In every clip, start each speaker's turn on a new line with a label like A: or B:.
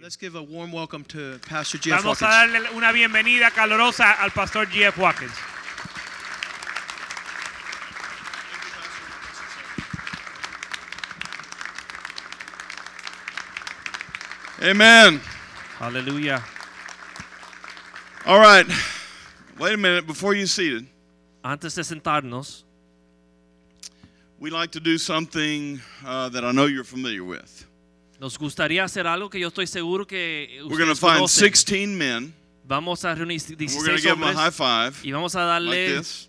A: Let's give a warm welcome to Pastor Jeff
B: Vamos a
A: Watkins.
B: darle una bienvenida calorosa al pastor Jeff Watkins.
C: Amen.
B: Aleluya.
C: All right. Wait a minute before you seated.
B: Antes de sentarnos,
C: We like to do something uh, that I know you're familiar with.
B: nos gustaría hacer algo que yo estoy seguro que
C: We're going to
B: ustedes
C: find
B: conocen.
C: 16 men.
B: Vamos a reunir
C: and We're going to
B: 16
C: give them a high
B: hombres
C: five
B: y vamos a
C: like
B: darle
C: this.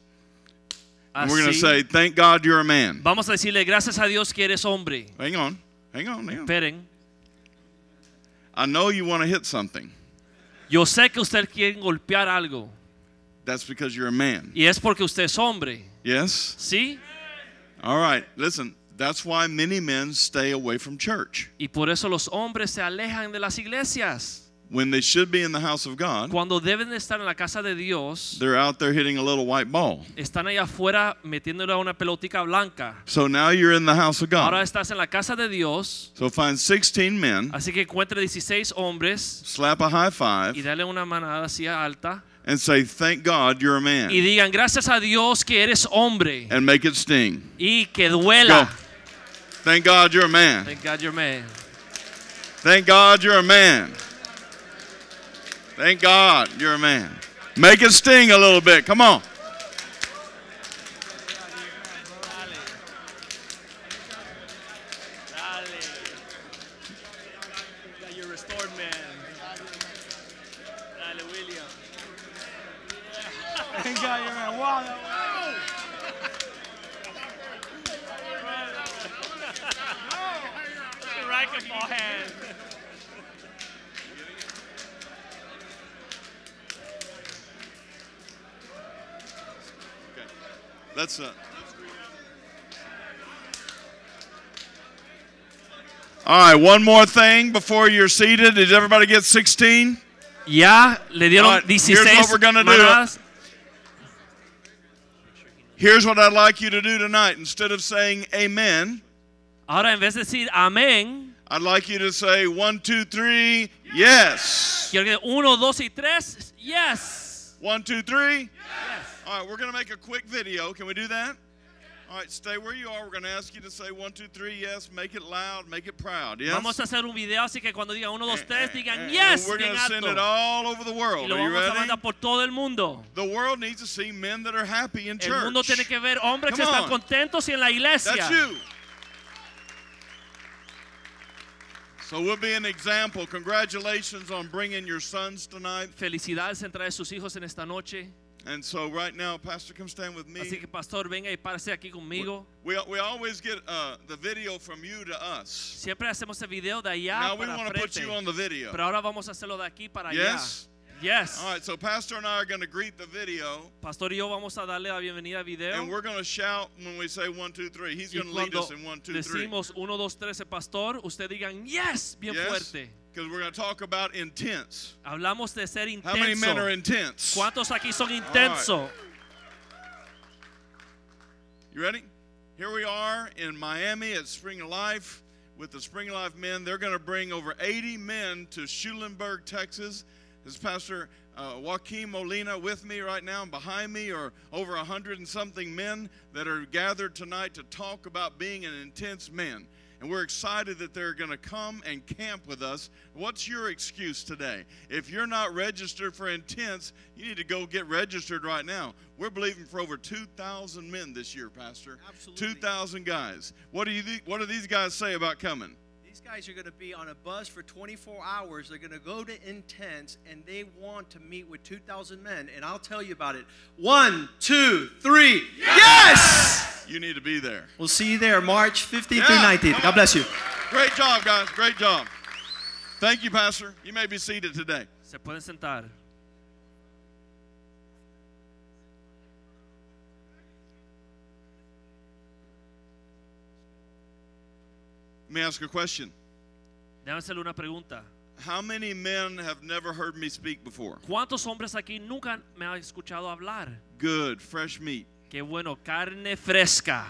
C: And we're going to
B: así.
C: say, "Thank God you're a man."
B: Vamos a decirle gracias a Dios que eres hombre.
C: Hang on. Hang on. Hang on.
B: Esperen,
C: I know you want to hit something.
B: yo sé que usted quiere golpear algo
C: That's because you're a man.
B: y es porque usted es hombre,
C: Yes?
B: ¿sí?
C: All right. Listen, that's why many men stay away from church
B: Y por eso los hombres se alejan de las iglesias.
C: when they should be in the house of God.
B: Cuando deben de estar en la casa de Dios,
C: They're out there hitting a little white ball.
B: están allá afuera metiéndole a una pelotica blanca.
C: So now you're in the house of
B: Ahora
C: God.
B: estás en la casa de Dios,
C: So find 16 men.
B: así que encuentre 16 hombres
C: slap a high five
B: y dale una manada así alta
C: and say thank god you're a man
B: y digan gracias a Dios que eres hombre
C: and make it sting
B: y que
C: go
B: duela.
C: thank god you're a man
B: Thank God you're man.
C: thank god you're a man thank god you're a man make it sting a little bit come on that's uh all right one more thing before you're seated did everybody get 16
B: Ya le dieron
C: All right, here's
B: 16
C: what we're gonna do.
B: manadas.
C: here's what i'd like you to do tonight instead of saying amen
B: Ahora en vez de decir amén,
C: i'd like you to say one two three yes
B: quiero que uno, dos y tres, yes.
C: One, two, three. Yes. All right, we're going to make a quick video. Can we do that? All right, stay where you are. We're going to ask you to say one, two, three, yes. Make it loud. Make it proud. Yes.
B: Vamos a hacer un video así que cuando digan uno, dos, tres, digan
C: And- and
B: yes
C: We're
B: bien
C: gonna send it
B: alto.
C: all over the
B: Y
C: world.
B: lo
C: Are you
B: vamos a mandar
C: ready?
B: por todo el mundo.
C: The world needs to see men that are happy in church.
B: El mundo tiene que ver hombres que
C: Come
B: están
C: on.
B: contentos y en la iglesia.
C: That's you. So we'll be an example. Congratulations on bringing your sons tonight.
B: Felicidades en traer sus hijos en esta noche.
C: And so right now, Pastor, come stand with me.
B: Así que pastor, venga y párese aquí conmigo.
C: We, we always get uh, the video from you to us.
B: Siempre hacemos el video de allá
C: Now we
B: para
C: want to put
B: frente.
C: you on the video.
B: Pero ahora vamos a hacerlo de aquí para
C: Yes?
B: allá. Yes.
C: All right, so Pastor and I are going to greet the video,
B: Pastor y yo vamos a darle la bienvenida al video.
C: and we're going to shout when we say one, two, three. He's
B: Y
C: going to lead
B: cuando
C: us in one, two, three.
B: decimos 1, 2, 3, pastor, usted digan yes bien
C: Yes?
B: fuerte.
C: Because we're going to talk about intense.
B: Hablamos de ser
C: How many men are
B: intenso.
C: intense?
B: ¿Cuántos aquí son intensos?
C: You ready? Here we are in Miami at Spring of Life with the Spring of Life men. They're going to bring over 80 men to Schulenburg, Texas. Is Pastor uh, Joaquin Molina with me right now? And behind me are over 100 and something men that are gathered tonight to talk about being an intense man. And we're excited that they're going to come and camp with us. What's your excuse today? If you're not registered for Intense, you need to go get registered right now. We're believing for over 2,000 men this year, Pastor.
D: Absolutely.
C: 2,000 guys. What do you thi- what do these guys say about coming?
D: These guys are going to be on a bus for 24 hours. They're going to go to Intense, and they want to meet with 2,000 men. And I'll tell you about it. One, two, three. Yes!
C: You need to be there.
D: We'll see you there March 15th
C: Yeah,
D: through
C: come
D: 19th.
C: on.
D: God bless you.
C: Great job, guys. Great job. Thank you, Pastor. You may be seated today.
B: Se pueden sentar.
C: me ask a question.
B: Déjame hacerle una pregunta.
C: How many men have never heard me speak before?
B: ¿Cuántos hombres aquí nunca me han escuchado hablar?
C: Good, fresh meat.
B: Qué bueno, carne fresca.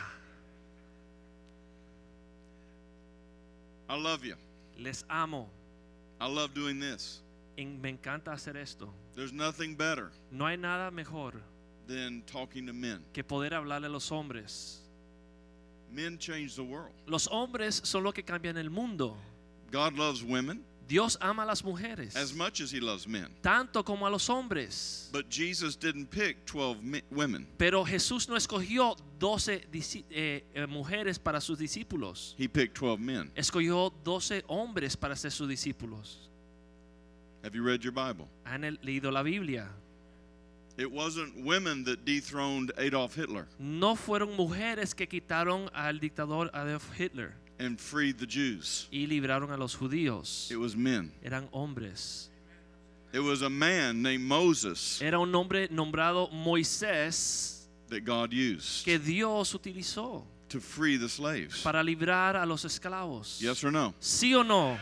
C: I love you.
B: Les amo.
C: I love doing this.
B: En- me encanta hacer esto.
C: There's nothing better
B: No hay nada mejor
C: than talking to men.
B: que poder hablarle a los hombres.
C: Men change the world.
B: Los hombres son los que cambian el mundo.
C: God loves women
B: Dios ama a las mujeres
C: as much as he loves men.
B: tanto como a los hombres.
C: But Jesus didn't pick 12 mi- women.
B: Pero Jesús no escogió 12 disci- eh, eh, mujeres para sus discípulos.
C: He picked 12 men.
B: Escogió 12 hombres para ser sus discípulos.
C: Have you read your Bible?
B: Han el- leído la Biblia.
C: It wasn't women that dethroned Adolf Hitler
B: No fueron mujeres que quitaron al dictador Adolf Hitler
C: and freed the Jews.
B: y libraron a los judíos.
C: It was men.
B: Eran hombres.
C: It was a man named Moses
B: Era un hombre nombrado Moisés
C: that God used
B: que Dios utilizó
C: to free the slaves.
B: para librar a los esclavos.
C: Yes or no?
B: ¿Sí o no?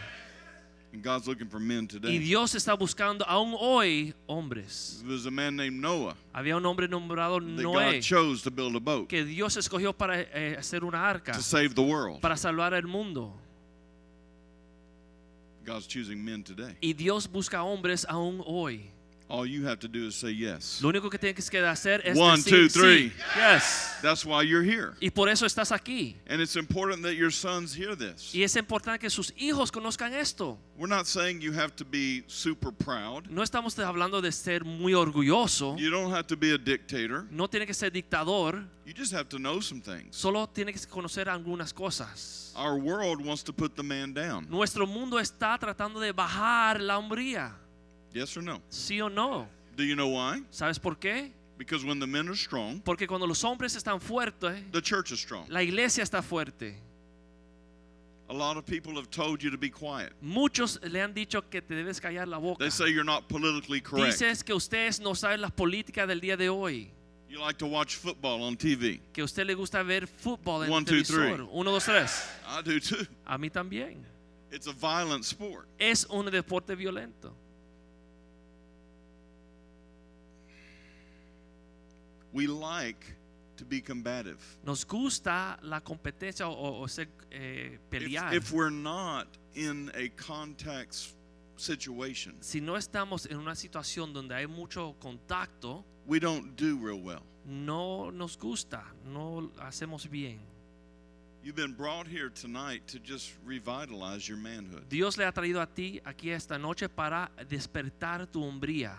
C: And God's looking for men
B: Y
C: today.
B: Dios está buscando aún hoy hombres.
C: There was a man named Noah
B: Había un hombre nombrado
C: that God
B: Noé
C: chose to build a boat
B: que Dios escogió para eh, hacer una arca,
C: to save the world.
B: para salvar al mundo.
C: God's choosing men today.
B: Y Dios busca hombres aún hoy.
C: All you have to do is say yes.
B: Lo único que tienes que hacer es
C: One,
B: decir
C: two,
B: sí.
C: three.
B: Yes.
C: That's why you're here.
B: Y por eso estás aquí.
C: And it's important that your sons hear this.
B: Y es importante que sus hijos conozcan esto.
C: We're not saying you have to be super proud.
B: No estamos hablando de ser muy orgulloso.
C: You don't have to be a dictator.
B: No tiene que ser dictador.
C: You just have to know some things.
B: Solo tiene que conocer algunas cosas.
C: Our world wants to put the man down.
B: Nuestro mundo está tratando de bajar la hombría.
C: Yes or no?
B: ¿Sí o no?
C: Do you know why?
B: ¿Sabes por qué?
C: Because when the men are strong,
B: Porque cuando los hombres están fuertes,
C: the church is strong.
B: la iglesia está fuerte.
C: A lot of people have told you to be quiet.
B: Muchos le han dicho que te debes callar la boca.
C: They say you're not politically correct.
B: Dices que ustedes no saben las políticas del día de hoy.
C: You like to watch football on TV.
B: Que a usted le gusta ver fútbol en
C: One,
B: el
C: two,
B: televisor.
C: three.
B: Uno, dos, tres.
C: I do too.
B: A mí también.
C: It's a violent sport.
B: Es un deporte violento.
C: We like to be combative.
B: Nos gusta la competencia o- o, o ser, eh,
C: If,
B: pelear.
C: if we're not in a contact s- situation,
B: si no estamos en una situación donde hay mucho contacto,
C: we don't do real well.
B: no nos gusta, no hacemos bien.
C: You've been brought here tonight to just revitalize your manhood.
B: Dios le ha traído a ti aquí esta noche para despertar tu hombría.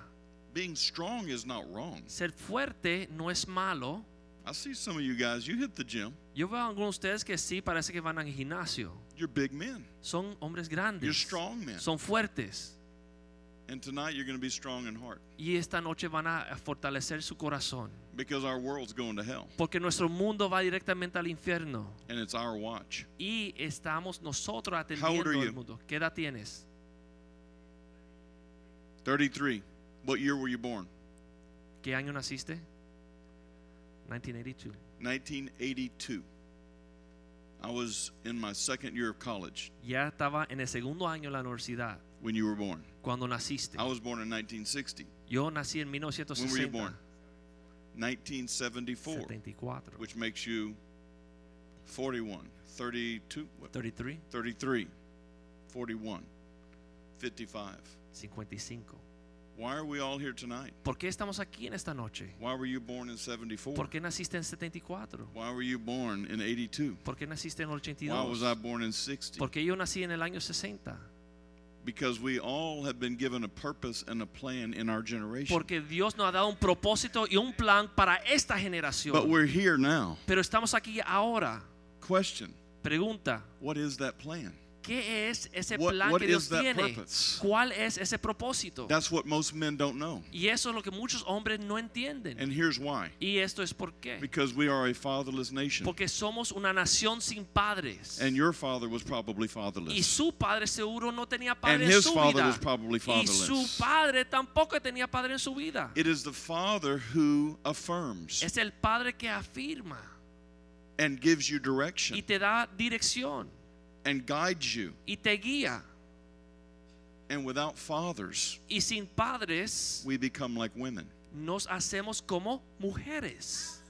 C: Being strong is not wrong.
B: Ser fuerte no es malo.
C: I see some of you guys, you hit the gym.
B: Yo veo a algunos de ustedes que sí parece que van al gimnasio.
C: You're big men.
B: Son hombres
C: You're
B: grandes.
C: strong men.
B: Son fuertes.
C: And tonight you're going to be strong in heart
B: Y esta noche van a fortalecer su corazón.
C: because our world's going to hell
B: Porque nuestro mundo va directamente al infierno.
C: and it's our watch.
B: Y estamos nosotros
C: How old
B: atendiendo
C: are
B: al
C: you?
B: mundo. ¿Qué edad tienes?
C: 33. What year were you born?
B: ¿Qué año naciste? 1982.
C: 1982. I was in my second year of college
B: Ya estaba en el segundo año de la universidad
C: when you were born.
B: cuando naciste.
C: I was born in 1960.
B: Yo nací en
C: When were you
B: 1960.
C: born? 1974,
B: 74.
C: which makes you 41, 32, what,
B: 33,
C: 33, 41, 55.
B: 55.
C: Why are we all here tonight?
B: ¿Por qué estamos aquí en esta noche?
C: Why were you born in 74?
B: ¿Por qué naciste en 74?
C: Why were you born in 82?
B: ¿Por qué naciste en
C: Why was I
B: 82?
C: born in 60?
B: ¿Por qué yo nací en el año 60?
C: Because we all have been given a purpose and a plan in our generation.
B: Porque Dios nos ha dado un propósito y un plan para esta
C: But
B: generación.
C: we're here now.
B: Pero estamos aquí ahora.
C: Question
B: Pregunta,
C: What is that plan?
B: ¿qué es ese
C: What-
B: plan
C: what
B: que Dios
C: is that
B: tiene?
C: purpose?
B: ¿Cuál es ese propósito?
C: That's what most men don't know.
B: Y eso es lo que muchos hombres no entienden.
C: And here's why
B: Y esto es por qué.
C: because we are a fatherless nation.
B: Porque somos una nación sin padres.
C: And your father was probably
B: Y
C: fatherless.
B: su padre seguro no tenía padre en
C: his
B: su
C: father
B: vida.
C: was probably
B: y su
C: fatherless.
B: padre tampoco tenía padre en su vida.
C: It is the father who affirms
B: Es el padre que afirma
C: and gives you
B: y
C: direction.
B: te da dirección.
C: and guides you.
B: y te guía.
C: And without fathers,
B: Y sin padres
C: we become like women.
B: nos hacemos como mujeres.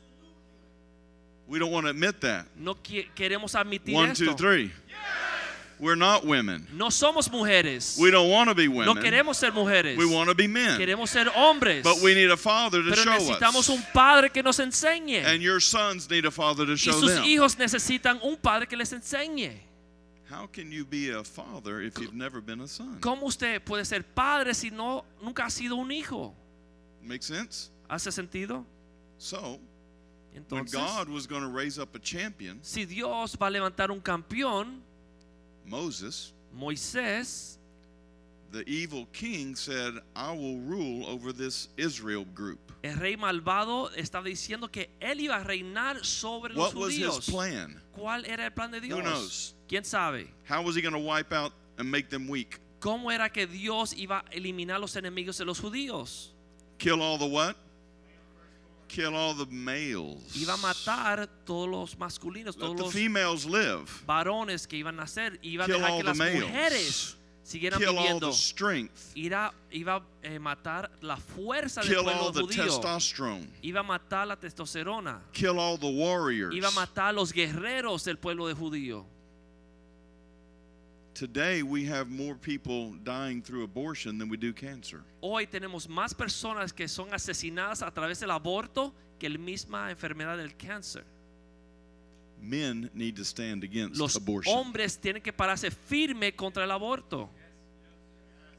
C: We don't want to admit that.
B: No qui- queremos admitir
C: One,
B: esto.
C: two, three. We're not women.
B: No somos mujeres.
C: We don't want to be
B: No
C: women.
B: queremos ser mujeres.
C: We want to be men.
B: Queremos ser hombres.
C: But we need a father to
B: Pero
C: show us.
B: necesitamos un padre que nos enseñe.
C: And your sons need a father to
B: Y
C: show
B: sus
C: them.
B: hijos necesitan un padre que les enseñe.
C: How can you be a father if you've never been a son?
B: ¿Cómo usted puede ser padre si no nunca ha sido un hijo?
C: Make sense?
B: ¿Hace sentido?
C: So, when
B: Entonces,
C: God was going to raise up a champion,
B: si Dios va a levantar un campeón,
C: Moses,
B: Moisés,
C: the evil king, said, I will rule over this Israel group.
B: el rey malvado, estaba diciendo que él iba a reinar sobre
C: What
B: los
C: was his
B: judíos.
C: plan?
B: ¿Cuál era el plan de Dios?
C: knows?
B: ¿Quién sabe?
C: How was he going to wipe out and make them weak?
B: ¿Cómo era que Dios iba a eliminar los enemigos de los judíos?
C: Kill all the what? Kill all the males.
B: Iba a matar todos los masculinos,
C: Let
B: todos
C: the
B: los
C: females live.
B: varones que iban a nacer. Iba a
C: Kill
B: dejar
C: all
B: que
C: the
B: las
C: males.
B: mujeres siguieran
C: Kill all the
B: viviendo.
C: strength.
B: Iba, iba a eh, matar la fuerza del
C: Kill all
B: pueblo
C: the
B: judío.
C: testosterone.
B: Iba a matar la testosterona.
C: Kill all the warriors.
B: Iba a matar a los guerreros del pueblo de judío.
C: Today we have more people dying through abortion than we do cancer.
B: Hoy tenemos más personas que son asesinadas a través del aborto que la misma enfermedad del cáncer.
C: Men need to stand against
B: Los
C: abortion.
B: hombres tienen que pararse firme contra el aborto.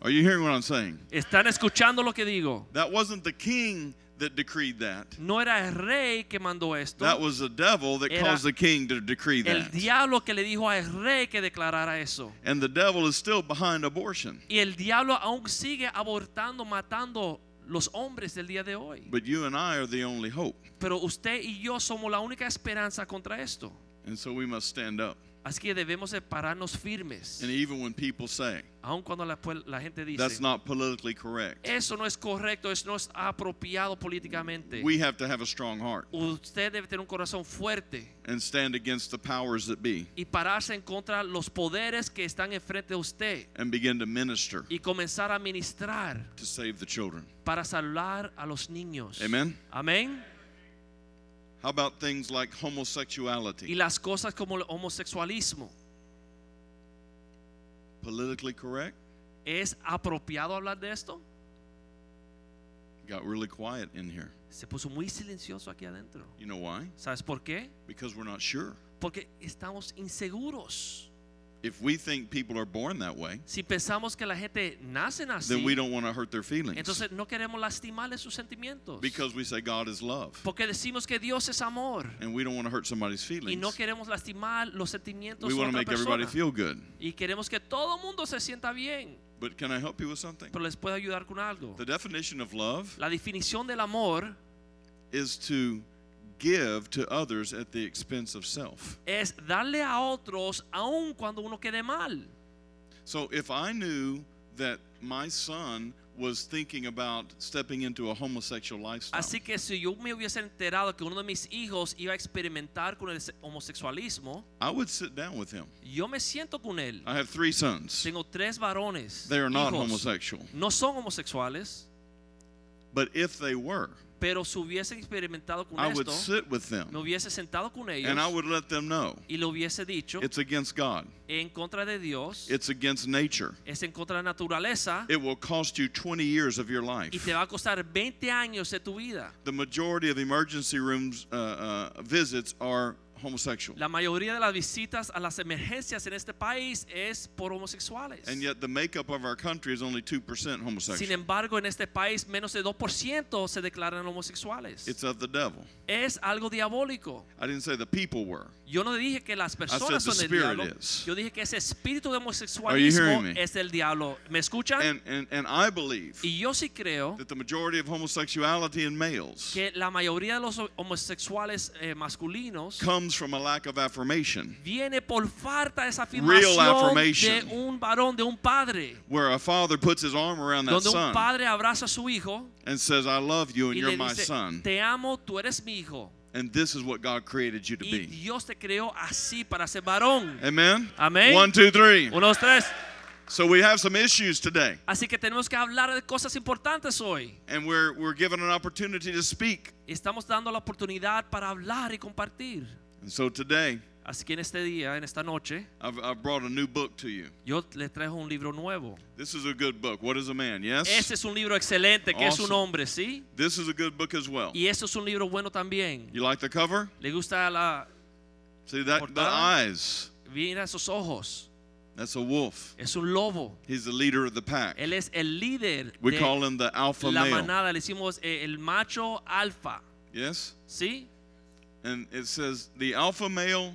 C: Are you hearing what I'm saying?
B: ¿Están escuchando lo que digo?
C: That wasn't the king that decreed that.
B: No era el rey que mandó esto.
C: That was the devil that
B: Era
C: caused the king to decree
B: El
C: that.
B: diablo que le dijo al rey que declarara eso.
C: And the devil is still behind abortion.
B: Y el diablo aún sigue abortando, matando los hombres del día de hoy.
C: But you and I are the only hope.
B: Pero usted y yo somos la única esperanza contra esto.
C: And so we must stand up.
B: Así que debemos de pararnos firmes.
C: And even when people say
B: Aun cuando la, pue- la gente
C: that's
B: dice,
C: not politically correct,
B: eso no es correcto, eso no es apropiado políticamente.
C: we have to have a strong heart
B: Usted debe tener un corazón fuerte
C: and stand against the powers that be
B: y pararse en contra de los poderes que están enfrente de usted
C: and begin to minister
B: y comenzar a ministrar
C: to save the children.
B: para salvar a los niños.
C: Amen.
B: Amén.
C: How about things like
B: Y
C: homosexuality?
B: las cosas como el homosexualismo.
C: Politically correct?
B: ¿Es apropiado hablar de esto?
C: Got really quiet in here.
B: Se puso muy silencioso aquí adentro.
C: You know why?
B: ¿Sabes por qué?
C: Because we're not sure.
B: Porque estamos inseguros.
C: If we think people are born that way,
B: Si pensamos que la gente nace así,
C: then we don't want to hurt their feelings.
B: entonces no queremos lastimarle sus sentimientos.
C: Because we say God is love.
B: Porque decimos que Dios es amor
C: And we don't want to hurt somebody's
B: y no
C: feelings.
B: queremos lastimar los sentimientos
C: We
B: de
C: want to
B: otra
C: make everybody
B: persona.
C: feel good.
B: Y queremos que todo el mundo se sienta bien.
C: But can I help you with something?
B: Pero les puedo ayudar con algo.
C: The definition of love
B: La definición del amor
C: is to give to others at the expense of self.
B: es darle a otros aun cuando uno quede mal.
C: So if I knew that my son was thinking about stepping into a homosexual lifestyle,
B: Así que si yo me hubiese enterado que uno de mis hijos iba a experimentar con el se- homosexualismo,
C: I would sit down with him.
B: yo me siento con él.
C: I have three sons.
B: Tengo tres varones.
C: Ah, They are not
B: hijos.
C: homosexual.
B: No son homosexuales,
C: But if they were,
B: pero si hubiesen experimentado con
C: I would
B: esto,
C: sit with
B: me
C: them
B: hubiese sentado con ellos
C: and I would let them know
B: y le hubiese dicho,
C: it's against God,
B: en contra de Dios,
C: it's against nature.
B: es en contra de la naturaleza
C: It will cost you 20 years of your
B: y
C: life.
B: te va a costar 20 años de tu vida.
C: The majority of emergency rooms uh, uh, visits are homosexual.
B: La mayoría de las visitas a las emergencias en este país es por homosexuales.
C: And yet, the makeup of our country is only 2%
B: Sin
C: homosexual.
B: embargo, en este país menos de 2% se declaran homosexuales.
C: It's of the devil.
B: es algo diabólico.
C: I didn't say the people were.
B: Yo no dije que las personas
C: the
B: son del
C: spirit
B: diablo.
C: is.
B: Yo dije que ese espíritu de
C: Are you
B: homosexualismo
C: hearing me?
B: es del diablo. ¿Me escuchan?
C: And, and, and I believe
B: y yo sí creo
C: that the majority of homosexuality in males
B: que la mayoría de los homosexuales eh, masculinos
C: comes from a lack of affirmation,
B: viene por falta de esa
C: Real
B: afirmación de
C: affirmation.
B: un varón, de un padre.
C: where a father puts his arm around that
B: Donde un
C: son
B: padre abraza a su hijo
C: and says, I love you and
B: y
C: you're
B: le
C: my
B: dice,
C: son.
B: te amo, tú eres mi hijo.
C: And this is what God created you to
B: Y
C: be.
B: Dios te creó así para ser varón.
C: Amen?
B: Amén.
C: One, two, three.
B: Uno, dos, tres.
C: So we have some issues today,
B: Así que tenemos que hablar de cosas importantes hoy.
C: and we're, we're given an opportunity to speak.
B: Estamos dando la oportunidad para hablar y compartir.
C: And so today,
B: Así que en este día, en esta noche,
C: I've, I've brought a new book to you.
B: yo le traigo un libro nuevo.
C: This is a good book. What is a man? Yes?
B: Este es un libro excelente, que es un
C: Awesome.
B: hombre, ¿sí?
C: This is a good book as well.
B: Y eso es un libro bueno también.
C: You like the cover?
B: Le gusta la...
C: See that the
B: Portada.
C: eyes.
B: Mira esos ojos.
C: That's a wolf.
B: Es un lobo.
C: He's the leader of the pack.
B: Él es el líder
C: We
B: de
C: call him the alpha
B: la
C: male.
B: manada. Le decimos eh, el macho alfa,
C: Yes?
B: ¿sí?
C: And it says the alpha male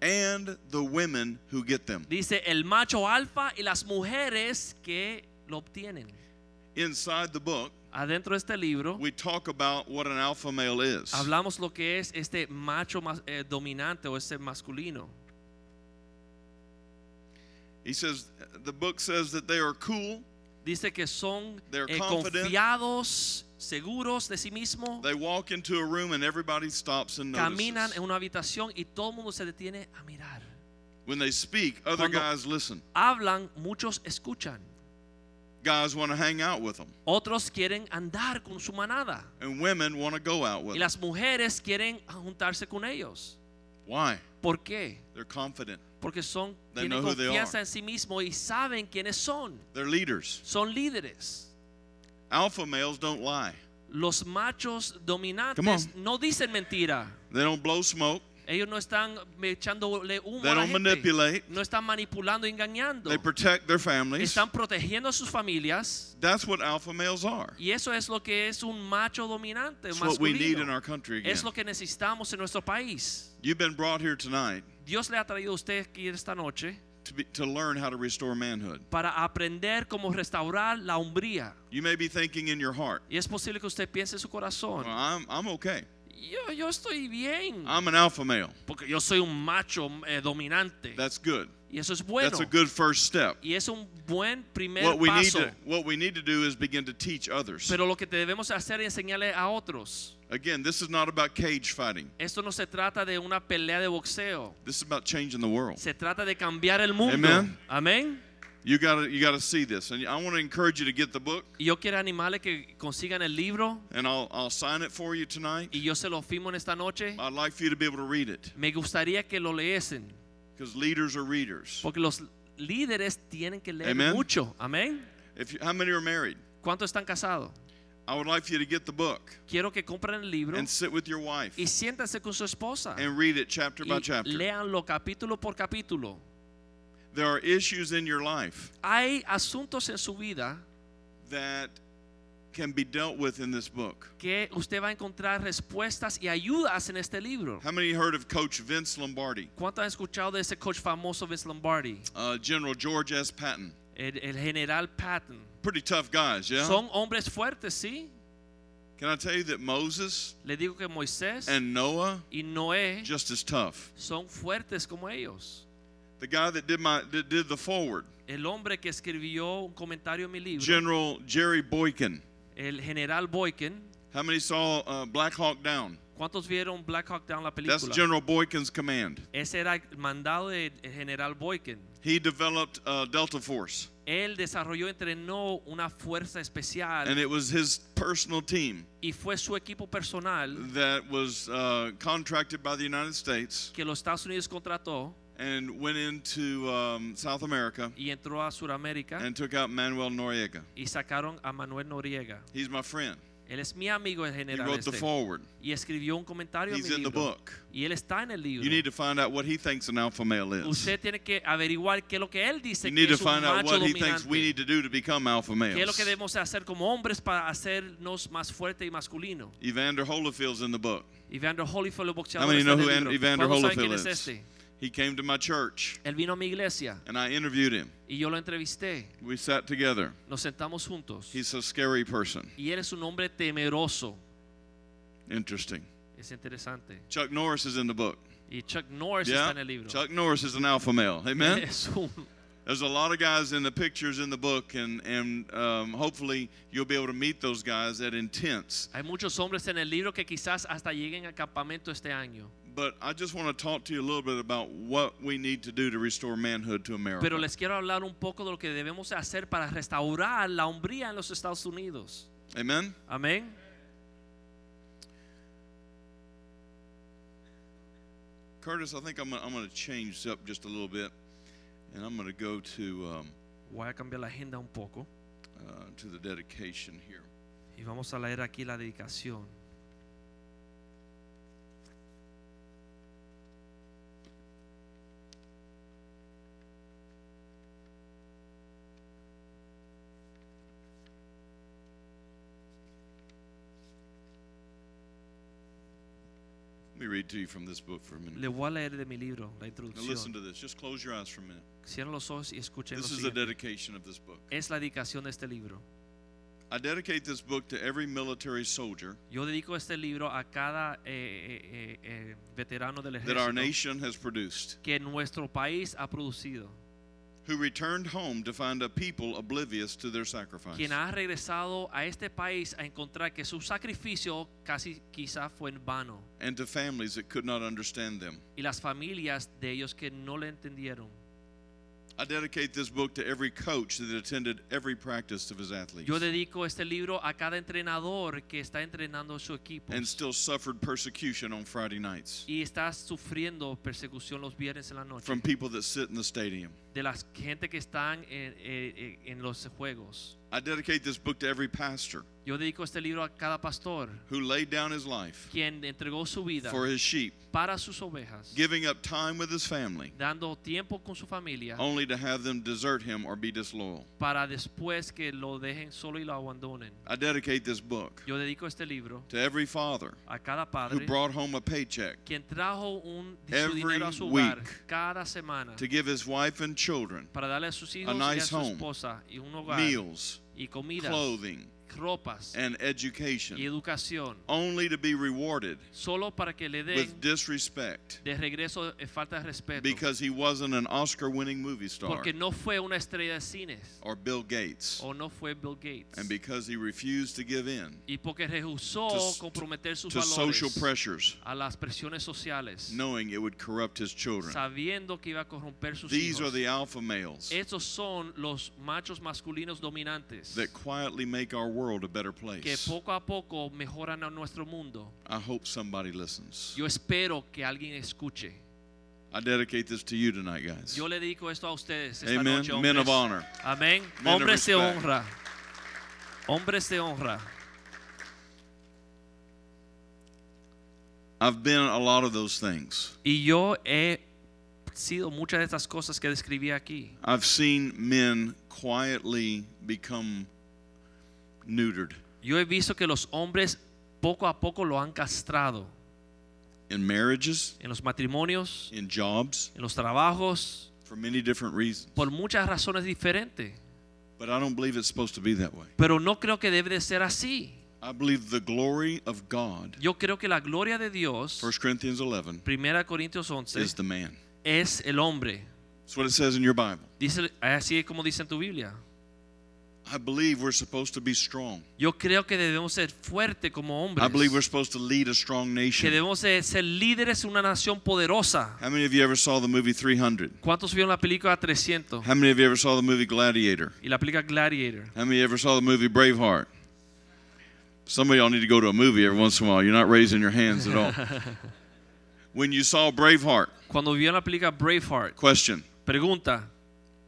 C: and the women who get them.
B: Dice el macho alfa y las mujeres que lo obtienen.
C: Inside the book,
B: Adentro de este libro
C: we talk about what an alpha male is.
B: hablamos lo que es este macho mas- eh, dominante o este masculino.
C: He says the book says that they are cool,
B: Dice que son
C: They're
B: eh,
C: confident.
B: confiados, seguros de sí mismo.
C: they walk into a room and everybody stops and
B: Caminan
C: notices.
B: en una habitación y todo el mundo se detiene a mirar.
C: When they speak, other
B: Cuando-
C: guys listen.
B: Hablan, muchos escuchan.
C: Guys want to hang out with them,
B: Otros quieren andar con su manada.
C: and women want to go out with
B: Y
C: them.
B: las mujeres quieren juntarse con ellos.
C: Why?
B: ¿Por qué?
C: They're confident.
B: Porque son
C: They
B: tienen
C: know who they
B: confianza
C: are.
B: en sí mismo y saben quiénes son.
C: They're leaders.
B: Son líderes.
C: Alpha males don't lie.
B: Los machos
C: Come
B: dominantes
C: on.
B: no dicen mentira.
C: They don't blow smoke.
B: Ellos no están echándole humo
C: They
B: a la
C: don't
B: gente.
C: manipulate.
B: No están manipulando, engañando.
C: They protect their families.
B: Están protegiendo a sus familias
C: That's what alpha males are.
B: y eso es lo que es un macho dominante,
C: It's what we need in
B: masculino.
C: our country again.
B: Es lo que necesitamos en nuestro país.
C: You've been brought here tonight
B: Dios le ha traído a usted aquí esta noche
C: to, be, to learn how to restore manhood.
B: para aprender cómo restaurar la hombría.
C: You may be thinking in your heart,
B: Y es posible que usted piense en su corazón.
C: well, I'm, I'm okay.
B: Yo, yo estoy bien.
C: I'm an alpha male.
B: Ah, Porque yo soy un macho eh, dominante.
C: That's good.
B: Y eso es bueno.
C: That's a good first step.
B: Y es un buen primer
C: What we, need
B: paso.
C: to, what we need to do is begin to teach others.
B: Pero lo que debemos hacer es enseñarle a otros.
C: Again, this is not about cage fighting.
B: Esto no se trata de una pelea de boxeo.
C: This is about changing the world.
B: Se trata de cambiar el mundo.
C: Amen.
B: Amén.
C: You gotta, you gotta see this, and I want to encourage you to get the book,
B: Y yo quiero animarle que consigan el libro.
C: and I'll, I'll sign it for you tonight.
B: Y yo se lo firmo en esta noche.
C: I'd like for you to be able to read it,
B: Me gustaría que lo leesen.
C: because leaders are readers.
B: Porque los líderes tienen que leer
C: Amen.
B: mucho. Amén.
C: If you, how many are married?
B: ¿Cuántos están casados?
C: I would like for you to get the book
B: Quiero que compren el libro
C: and sit with your wife
B: y siéntanse con su esposa
C: and read it chapter by
B: y
C: chapter.
B: leanlo capítulo por capítulo.
C: There are issues in your life
B: Hay asuntos en su vida
C: that can be dealt with in this book.
B: que usted va a encontrar respuestas y ayudas en este libro.
C: How many heard of Coach Vince Lombardi?
B: ¿Cuánto han escuchado de ese coach famoso Vince Lombardi?
C: Uh, General George S. Patton.
B: El, el general Patton.
C: Pretty tough guys, yeah?
B: Son hombres fuertes, ¿sí?
C: Can I tell you that Moses
B: Le digo que Moisés
C: and Noah
B: y Noé
C: just as tough?
B: son fuertes como ellos.
C: The guy that did my that did the forward,
B: El hombre que escribió un comentario en mi libro,
C: General Jerry Boykin.
B: el general Boykin.
C: How many saw uh, Black Hawk Down?
B: ¿Cuántos vieron Black Hawk Down la
C: That's
B: película?
C: General Boykin's command.
B: Ese era el mandado del general Boykin.
C: He developed uh, Delta Force,
B: Él desarrolló, entrenó una fuerza especial
C: and it was his personal team
B: y fue su equipo personal
C: that was uh, contracted by the United States
B: que los Estados Unidos contrató
C: and went into um, South America
B: y entró a Sudamérica
C: and took out Manuel Noriega.
B: y sacaron a Manuel Noriega.
C: He's my friend.
B: Él es mi amigo el
C: He
B: general
C: wrote the
B: este.
C: forward.
B: y escribió un comentario en
C: He's
B: mi
C: in the
B: libro.
C: book.
B: Y él está en el libro.
C: You need to find out what he thinks an alpha male is.
B: Usted tiene que averiguar qué es lo que él dice
C: You
B: que
C: need to
B: es un
C: find out
B: macho
C: what he thinks
B: dominante.
C: we need to do to become alpha
B: ¿Qué es lo
C: males.
B: que debemos hacer como hombres para hacernos más fuerte y masculino?
C: Evander Holofield's in the book.
B: Evander Holyfield, el
C: How
B: boxeador.
C: many know
B: está en el
C: who
B: libro.
C: An- Evander
B: ¿Cuántos saben quién
C: Holyfield
B: es
C: is?
B: este?
C: He came to my church
B: Él vino a mi iglesia
C: and I interviewed him.
B: y yo lo entrevisté.
C: We sat together.
B: Nos sentamos juntos.
C: He's a scary person.
B: Y él es un hombre temeroso.
C: Interesting.
B: Es interesante.
C: Chuck Norris is in the book.
B: Y Chuck Norris está en el libro.
C: Chuck Norris is an alpha male. Amen.
B: es un
C: There's a lot of guys in the pictures in the book, and, and um, hopefully you'll be able to meet those guys at Intense.
B: Hay muchos hombres en el libro que quizás hasta lleguen al campamento este año.
C: But I just want to talk to you a little bit about what we need to do to restore manhood to America.
B: Pero les quiero hablar un poco de lo que debemos hacer para restaurar la hombría en los Estados Unidos.
C: Amen?
B: Amén.
C: Curtis, I think I'm, gonna- I'm going to change up just a little bit, and I'm going to go to, um,
B: Voy a cambiar la agenda un poco
C: uh, to the dedication here.
B: y vamos a leer aquí la dedicación.
C: Let me read to you from this book for a minute.
B: Le voy a leer de mi libro la
C: Now listen to
B: introducción.
C: this. Just close your eyes for a minute.
B: Cierren los ojos y escuchen. Lo
C: This is the
B: siguiente.
C: dedication of this book.
B: Es la dedicación de este libro.
C: I dedicate this book to every military soldier
B: Yo dedico este libro a cada eh, eh, eh, eh, veterano del
C: that our
B: ejército
C: nation has produced,
B: que nuestro país ha producido,
C: who returned home to find a people oblivious to their sacrifice.
B: quien ha regresado a este país a encontrar que su sacrificio casi quizá fue en vano
C: and to families that could not understand them.
B: y las familias de ellos que no le entendieron.
C: I dedicate this book to every coach that attended every practice of his athletes
B: Yo dedico este libro a cada entrenador que está entrenando a su equipo
C: and still suffered persecution on Friday nights
B: y está sufriendo persecución los viernes en la noche
C: from people that sit in the stadium.
B: de la gente que están en, eh, eh, en los juegos.
C: I dedicate this book to every pastor
B: Yo dedico este libro a cada pastor
C: who laid down his life
B: quien entregó su vida
C: for his sheep,
B: para sus ovejas,
C: giving up time with his family
B: dando tiempo con su familia
C: only to have them desert him or be disloyal.
B: para después que lo dejen solo y lo abandonen.
C: I dedicate this book
B: Yo dedico este libro
C: to every father
B: a cada
C: who
B: padre
C: brought home a paycheck
B: quien trajo un su
C: Every
B: dinero a su hogar
C: week
B: cada semana
C: to give his wife and children
B: para darle a sus hijos y a
C: nice
B: su
C: home,
B: esposa y un hogar
C: meals,
B: y comida,
C: clothing,
B: ropas
C: and
B: y
C: education,
B: educación,
C: only to be rewarded
B: solo para que le
C: with
B: den
C: disrespect
B: de regreso eh, falta de respeto,
C: because he wasn't an Oscar winning movie star
B: porque no Oh, fue una estrella de cines
C: or Bill Gates,
B: o no fue Bill Gates.
C: and because he refused to give in
B: y porque rehusó
C: to-
B: comprometer sus
C: to social
B: valores
C: pressures,
B: a las presiones sociales,
C: knowing it would corrupt his children.
B: sabiendo que iba a corromper sus
C: These are
B: hijos.
C: the alpha males
B: Estos son los machos masculinos dominantes
C: that quietly make our world a better
B: que
C: place.
B: poco a poco mejoran a nuestro mundo.
C: I hope somebody listens.
B: Yo espero que alguien escuche.
C: I dedicate this to you tonight, guys.
B: Yo le dedico esto a ustedes esta
C: Amen.
B: noche,
C: Men
B: hombres.
C: of honor.
B: Amén.
C: Men of
B: hombres de
C: respect.
B: honra. Hombres de honra.
C: I've been a lot of those things.
B: Y yo he sido muchas de estas cosas que describí aquí.
C: I've seen men quietly become neutered
B: Yo he visto que los hombres poco a poco lo han castrado
C: in marriages,
B: en los matrimonios,
C: in jobs,
B: en los trabajos,
C: for many different reasons.
B: por muchas razones diferentes.
C: But I don't believe it's supposed to be that way.
B: Pero no creo que debe de ser así.
C: I believe the glory of God,
B: Yo creo que la gloria de Dios,
C: 1 Corinthians 11,
B: 1 Corintios 11,
C: is the man.
B: es el hombre.
C: That's what it says in your Bible.
B: Dice, así es como dice en tu Biblia.
C: I believe we're supposed to be strong.
B: Yo creo que debemos ser fuertes como hombres.
C: I believe we're supposed to lead a strong
B: que
C: nation.
B: debemos de ser líderes en una nación poderosa.
C: How many of you ever saw the movie 300?
B: ¿Cuántos vieron la película 300
C: How many of you ever saw the movie Gladiator?
B: y la película Gladiator?
C: How many ever saw the movie Braveheart? Some of y'all need to go to a movie every once in a while. You're not raising your hands at all. when you saw Braveheart,
B: Cuando vieron la película Braveheart,
C: question
B: pregunta,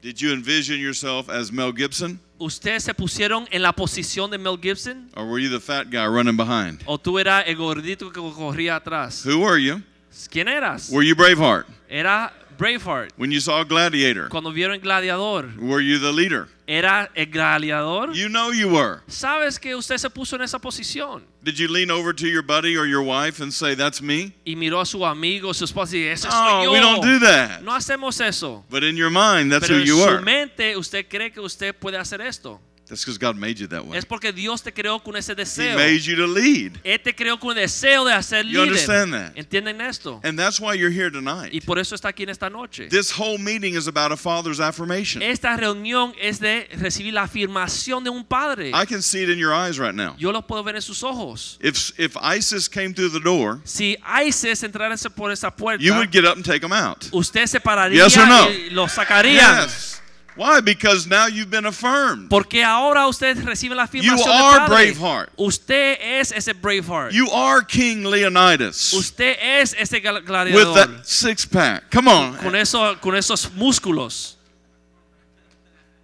C: Did you envision yourself as Mel Gibson,
B: ¿ustedes se pusieron en la posición de Mel Gibson?
C: or were you the fat guy running behind?
B: ¿O tú eras el gordito que corría atrás?
C: Who were you?
B: ¿Quién eras?
C: Were you Braveheart?
B: Era Braveheart.
C: When you saw Gladiator,
B: Cuando vieron el gladiador,
C: were you the leader?
B: ¿era el gladiador?
C: You know you were.
B: Sabes que usted se puso en esa posición
C: Did you lean over to your buddy or your wife and say, That's me?
B: y miró a su amigo, su esposa y ese soy
C: No,
B: yo.
C: we don't do that.
B: No hacemos eso.
C: But in your mind, that's
B: Pero
C: who
B: en
C: you
B: su
C: were.
B: mente usted cree que usted puede hacer esto.
C: That's because God made you that way.
B: Es porque Dios te creó con ese
C: He
B: deseo.
C: made you to lead.
B: Él te creó con el deseo de hacer
C: You understand that?
B: líder. ¿Entienden esto?
C: And that's why you're here
B: Y
C: tonight.
B: por eso está aquí en esta noche.
C: This whole meeting is about a father's affirmation.
B: Esta reunión es de recibir la afirmación de un padre.
C: I can see it in your eyes right now.
B: Yo lo puedo ver en sus ojos.
C: If if ISIS came through the door,
B: Si ISIS entrara por esa puerta,
C: you would get up and take them out.
B: usted se pararía
C: Yes or no?
B: y lo sacaría.
C: Yes. Why? Because now you've been affirmed.
B: Porque ahora usted recibe la afirmación
C: You are
B: de padre.
C: Braveheart.
B: Usted es ese Braveheart.
C: You are King Leonidas
B: usted es ese gal-
C: with
B: gladiador.
C: that six pack. Come on.
B: con, eso, con esos músculos.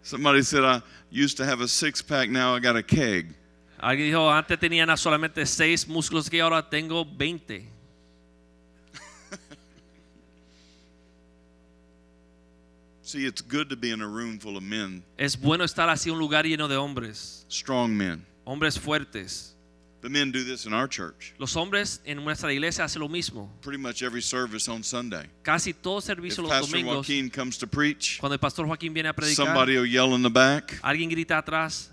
C: Somebody said I used to have a six pack. Now I got a keg.
B: Alguien dijo, antes tenía na- solamente seis músculos que ahora tengo 20.
C: See, it's good to be in a room full of men,
B: Es bueno estar así en un lugar lleno de hombres,
C: strong men.
B: hombres fuertes.
C: The men do this in our church.
B: Los hombres en nuestra iglesia hacen lo mismo.
C: Pretty much every service on Sunday.
B: Casi todo
C: If
B: servicio los
C: Pastor
B: domingos,
C: Joaquin comes to preach,
B: cuando el pastor Joaquín viene a predicar,
C: somebody will yell in the back.
B: alguien grita atrás,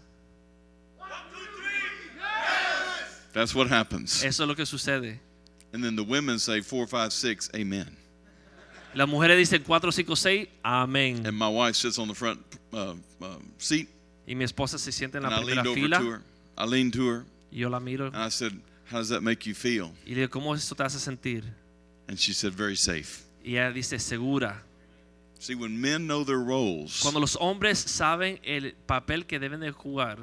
C: That's what happens.
B: eso es lo que sucede.
C: And then the women say four, five, six, amen.
B: Las mujeres dicen 4, 5, 6, amén.
C: And my wife sits on the front uh, uh, seat,
B: Y mi esposa se sienta en
C: and
B: la
C: I
B: primera
C: leaned over
B: fila
C: to her. Ah. I leaned to her,
B: y yo la miro
C: and I said, "How does that make you feel?"
B: y le digo, ¿cómo esto te hace sentir?
C: And she said, "Very safe."
B: Y ella dice, segura.
C: See, when men know their roles,
B: Cuando los hombres saben el papel que deben de jugar,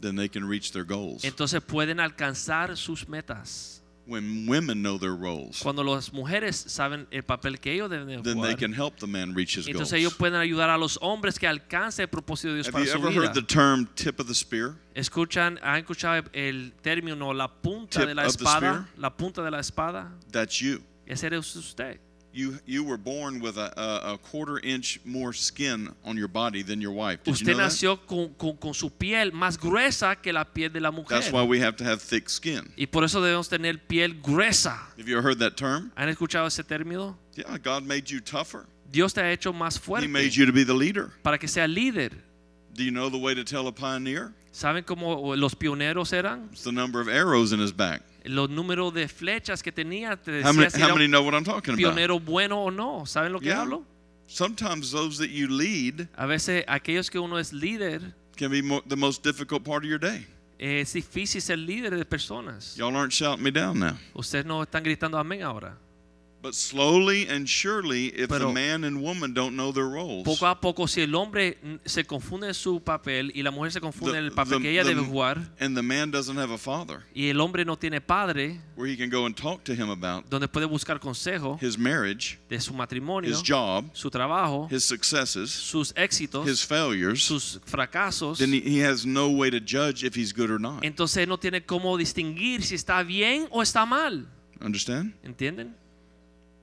C: then they can reach their goals.
B: entonces pueden alcanzar sus metas.
C: When women know their roles,
B: Cuando las mujeres saben el papel que ellos deben de
C: then they
B: jugar,
C: can help the man reach his goals.
B: entonces ellos pueden ayudar a los hombres que alcancen el propósito de Dios
C: Have
B: para
C: you
B: su
C: ever
B: vida.
C: heard the term "tip of the spear"?
B: Escuchan, han escuchado el término la punta
C: Tip
B: de la
C: of the
B: espada,
C: spear?
B: la punta de la espada,
C: That's you.
B: ese eres usted.
C: You you were born with a, a, a quarter inch more skin on your body than your wife. Did you
B: Usted
C: know that?
B: nació con, con- con su piel más gruesa que la piel de la mujer.
C: That's why we have to have thick skin.
B: Y por eso debemos tener piel gruesa.
C: Have you ever heard that term?
B: ¿Han escuchado ese término?
C: Yeah, God made you tougher.
B: Dios te ha hecho más fuerte
C: He made you to be the leader.
B: para que sea líder.
C: Do you know the way to tell a pioneer?
B: ¿Saben cómo los pioneros eran?
C: It's the number of arrows in his back.
B: Los números de flechas que tenía te
C: How
B: decía
C: many,
B: si
C: how
B: era
C: many
B: un
C: know what I'm talking about?
B: pionero bueno o no. ¿Saben lo que
C: Yeah.
B: hablo?
C: Sometimes those that you lead
B: A veces aquellos que uno es líder,
C: can be mo- the most difficult part of your day.
B: eh, es difícil ser líder de personas.
C: Y'all aren't shouting me down now.
B: Ustedes no están gritando amén ahora.
C: But slowly and surely, if the
B: Pero-
C: man and woman don't know their roles,
B: Poco a poco, si el hombre mm, se confunde en su papel y la mujer se
C: the-
B: confunde en el papel
C: the-
B: que ella
C: the-
B: debe jugar
C: and the man doesn't have a father
B: y el hombre no tiene padre
C: where he can go and talk to him about
B: donde puede buscar consejo
C: his marriage,
B: de su matrimonio,
C: his job,
B: su trabajo,
C: his successes,
B: sus éxitos,
C: his failures,
B: sus fracasos,
C: then he- he has no way to judge if he's good or not.
B: entonces no tiene cómo distinguir si está bien o está mal.
C: Understand?
B: ¿Entienden?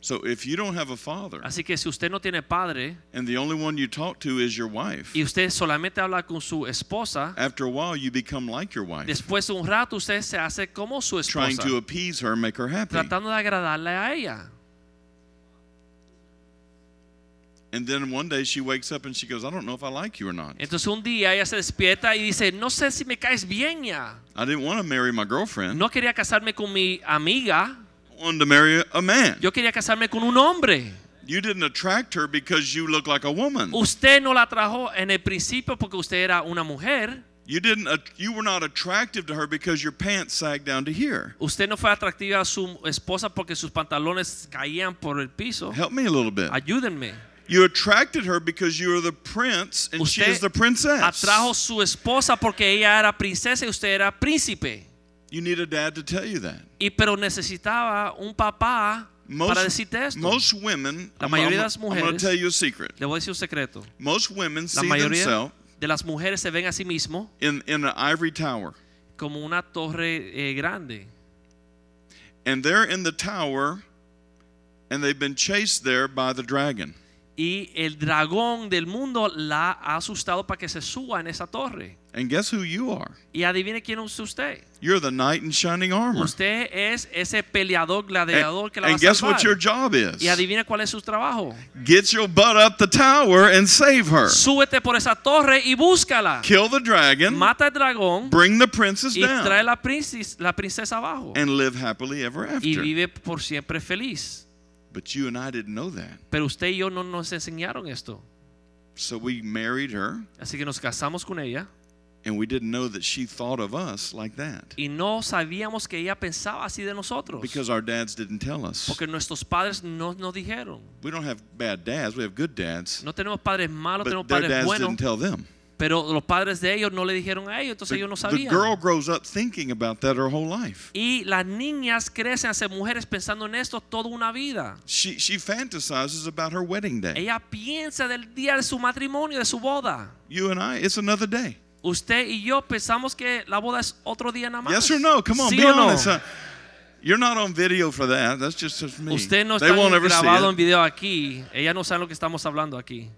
C: So if you don't have a father
B: Así que si usted no tiene padre
C: and the only one you talk to is your wife,
B: y usted solamente habla con su esposa,
C: after a while you become like your wife,
B: después de un rato usted se hace como su
C: trying
B: esposa,
C: to appease her, make her happy.
B: tratando de agradarle a ella.
C: And then one day she wakes up and she goes, I don't know if I like you or not.
B: Entonces un día ella se despierta y dice, no sé si me caes bien ya.
C: I didn't want to marry my girlfriend.
B: No quería casarme con mi amiga,
C: I wanted to marry a man.
B: yo quería casarme con un hombre.
C: You didn't attract her because you look like a woman.
B: Usted no la trajo en el principio porque usted era una mujer.
C: You didn't. at- You were not attractive to her because your pants sagged down to here.
B: Usted no fue atractiva a su esposa porque sus pantalones caían por el piso.
C: Help me a little bit.
B: Ayúdenme.
C: You attracted her because you are the prince and she
B: Usted
C: is the princess.
B: atrajo su esposa porque ella era princesa y usted era príncipe.
C: You need a dad to tell you that.
B: Y pero necesitaba un papá para decirte esto.
C: most women,
B: La
C: I'm-
B: mayoría de
C: I'm,
B: las
C: going
B: mujeres-
C: to tell you a secret.
B: Le voy a decir un secreto.
C: Most women
B: La
C: see
B: mayoría
C: themselves
B: de las mujeres se ven a sí mismo
C: in, in an ivory tower,
B: como una torre eh, grande.
C: and they're in the tower, and they've been chased there by the dragon.
B: Y el dragón del mundo la ha asustado para que se suba en esa torre.
C: And guess who you are?
B: Y adivine quién es usted.
C: You're the knight in shining armor.
B: Usted es ese peleador, gladiador
C: And,
B: que la va
C: and
B: a
C: guess what your
B: salvar.
C: job is?
B: Y adivine cuál es su trabajo.
C: Get your butt up the tower and save her.
B: Súbete por esa torre y búscala.
C: Kill the dragon,
B: Mata al dragón
C: bring the princess
B: y trae
C: down,
B: la princesa, la princesa abajo.
C: and live happily ever
B: Y
C: after.
B: vive por siempre feliz.
C: But you and I didn't know that.
B: Pero usted y yo no nos enseñaron esto.
C: So we married her,
B: Así que nos casamos con ella
C: and we didn't know that she thought of us like that
B: y no sabíamos que ella pensaba así de nosotros.
C: because our dads didn't tell us.
B: Porque nuestros padres no nos dijeron.
C: We don't have bad dads, we have good dads.
B: No tenemos padres malos, tenemos
C: But their
B: padres
C: dads
B: buenos.
C: didn't tell them.
B: Pero los padres de ellos no le dijeron a ellos,
C: The,
B: entonces ellos no
C: the girl
B: sabían.
C: grows up thinking about that her whole life.
B: Y las niñas crecen a ser mujeres pensando en esto toda una vida.
C: She she fantasizes about her wedding day.
B: Ella piensa del día de su matrimonio, de su boda.
C: You and I, it's another day.
B: Usted y yo pensamos que la boda es otro día nada más.
C: Yes or no? Come on,
B: ¿Sí
C: be
B: o no?
C: honest. Uh, You're not on video for that. That's just, just me.
B: Usted no
C: they
B: está
C: won't ever see
B: grabado en
C: it.
B: video aquí. Ella no sabe lo que estamos hablando aquí.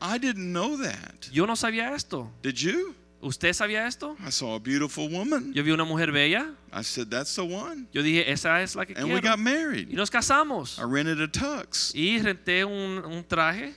C: I didn't know that.
B: Yo no sabía esto.
C: Did you?
B: ¿Usted sabía esto?
C: I saw a beautiful woman.
B: Yo vi una mujer bella.
C: I said, "That's the one."
B: Yo dije, esa es la que
C: And we
B: quiero.
C: got
B: Y
C: married.
B: nos casamos.
C: I rented a tux.
B: Y renté un, un traje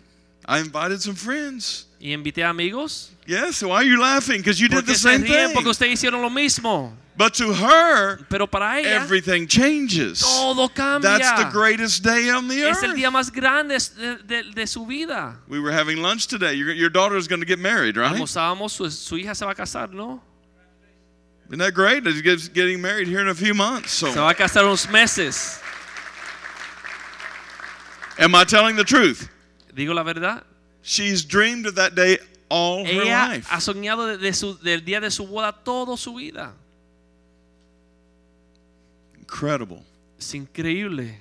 C: I invited some friends.
B: y invité a amigos.
C: Yes. Why are you laughing? Because you did
B: Porque
C: the
B: se
C: same
B: ríen porque
C: thing.
B: ustedes hicieron lo mismo.
C: But to her,
B: Pero para ella
C: everything changes.
B: todo cambia.
C: That's the greatest day on the
B: es el día
C: earth.
B: más grande de, de- de su vida.
C: We were having lunch today. Your, your daughter is going to get married, right?
B: Almorzábamos, su, su hija se va a casar, ¿no?
C: Isn't that great? She's get- getting married here in a few months.
B: Se
C: So,
B: va a casar unos meses.
C: am I telling the truth?
B: Digo la verdad.
C: She's dreamed of that day all her
B: Ella ha
C: life.
B: soñado de- de su- del día de su boda toda su vida.
C: Incredible.
B: Es increíble.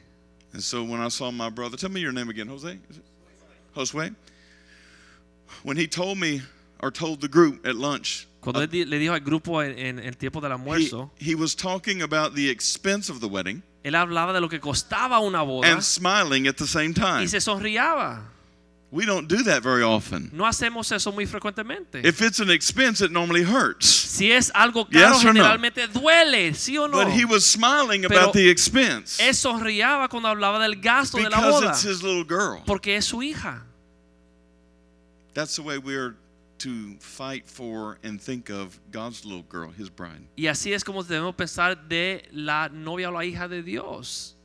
C: And so when I saw my brother, tell me your name again, Jose? Is it? Josue. When he told me or told the group at lunch,
B: Cuando él di- le dijo al grupo en, en el tiempo del
C: he,
B: almuerzo,
C: he was talking about the expense of the wedding
B: él hablaba de lo que costaba una boda
C: and smiling at the same time.
B: y se sonriaba.
C: We don't do that very often.
B: No hacemos eso muy frecuentemente.
C: If it's an expense, it normally hurts.
B: si es algo caro,
C: Yes or no?
B: generalmente duele, ¿sí o no?
C: But he was smiling
B: Pero
C: about the expense
B: Él sonriaba cuando hablaba del gasto de la
C: because
B: boda
C: it's his little girl.
B: porque es su hija.
C: That's the way we are to fight for and think of God's little girl, his bride.
B: Y así es como debemos pensar de la novia o la hija de Dios,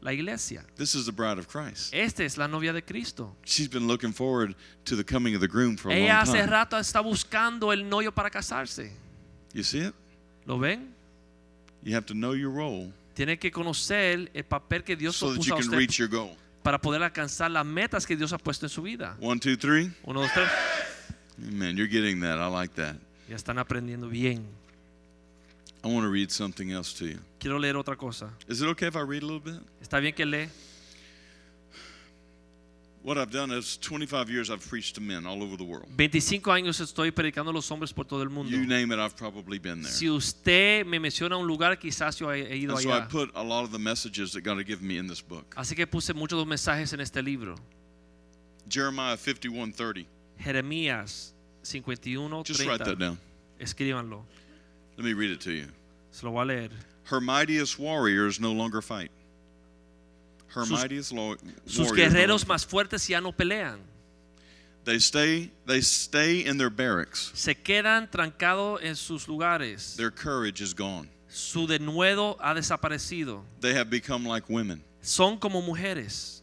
B: la iglesia.
C: This is the bride of Christ.
B: Esta es la novia de Cristo.
C: She's been looking forward to the coming of the groom for a
B: Ella
C: long
B: hace
C: time.
B: rato está buscando el novio para casarse.
C: You see it?
B: ¿Lo ven?
C: You have to know your role
B: Tiene que conocer el papel que Dios
C: so
B: le
C: that
B: puso
C: you
B: a
C: can
B: usted
C: reach your goal.
B: para poder alcanzar las metas que Dios ha puesto en su vida.
C: One, two, three.
B: Uno, dos, tres.
C: Amen. You're getting that. I like that.
B: Ya están aprendiendo bien.
C: I want to read something else to you.
B: Quiero leer otra cosa.
C: Is it okay if I read a little bit?
B: Está bien que lee.
C: What I've done is 25 years I've preached to men all over the world.
B: 25 años estoy predicando a los hombres por todo el mundo.
C: You name it, I've probably been there.
B: Si usted me menciona un lugar, quizás yo he he ido
C: And so I
B: allá.
C: put a lot of the messages that God had given me in this book.
B: Así que puse muchos de los mensajes en este libro.
C: Jeremiah 51:30.
B: Jeremías 51,
C: Just write that
B: 30.
C: down.
B: Escríbanlo.
C: Let me read it to you.
B: Se lo voy a leer.
C: Her mightiest warriors no longer fight. Her
B: Sus-
C: mightiest lo-
B: Sus
C: warriors no
B: guerreros
C: longer-
B: más fuertes ya no pelean.
C: They stay. They stay in their barracks.
B: Se quedan trancados en sus lugares.
C: Their courage is gone.
B: Su denuedo ha desaparecido.
C: They have become like women.
B: Son como mujeres.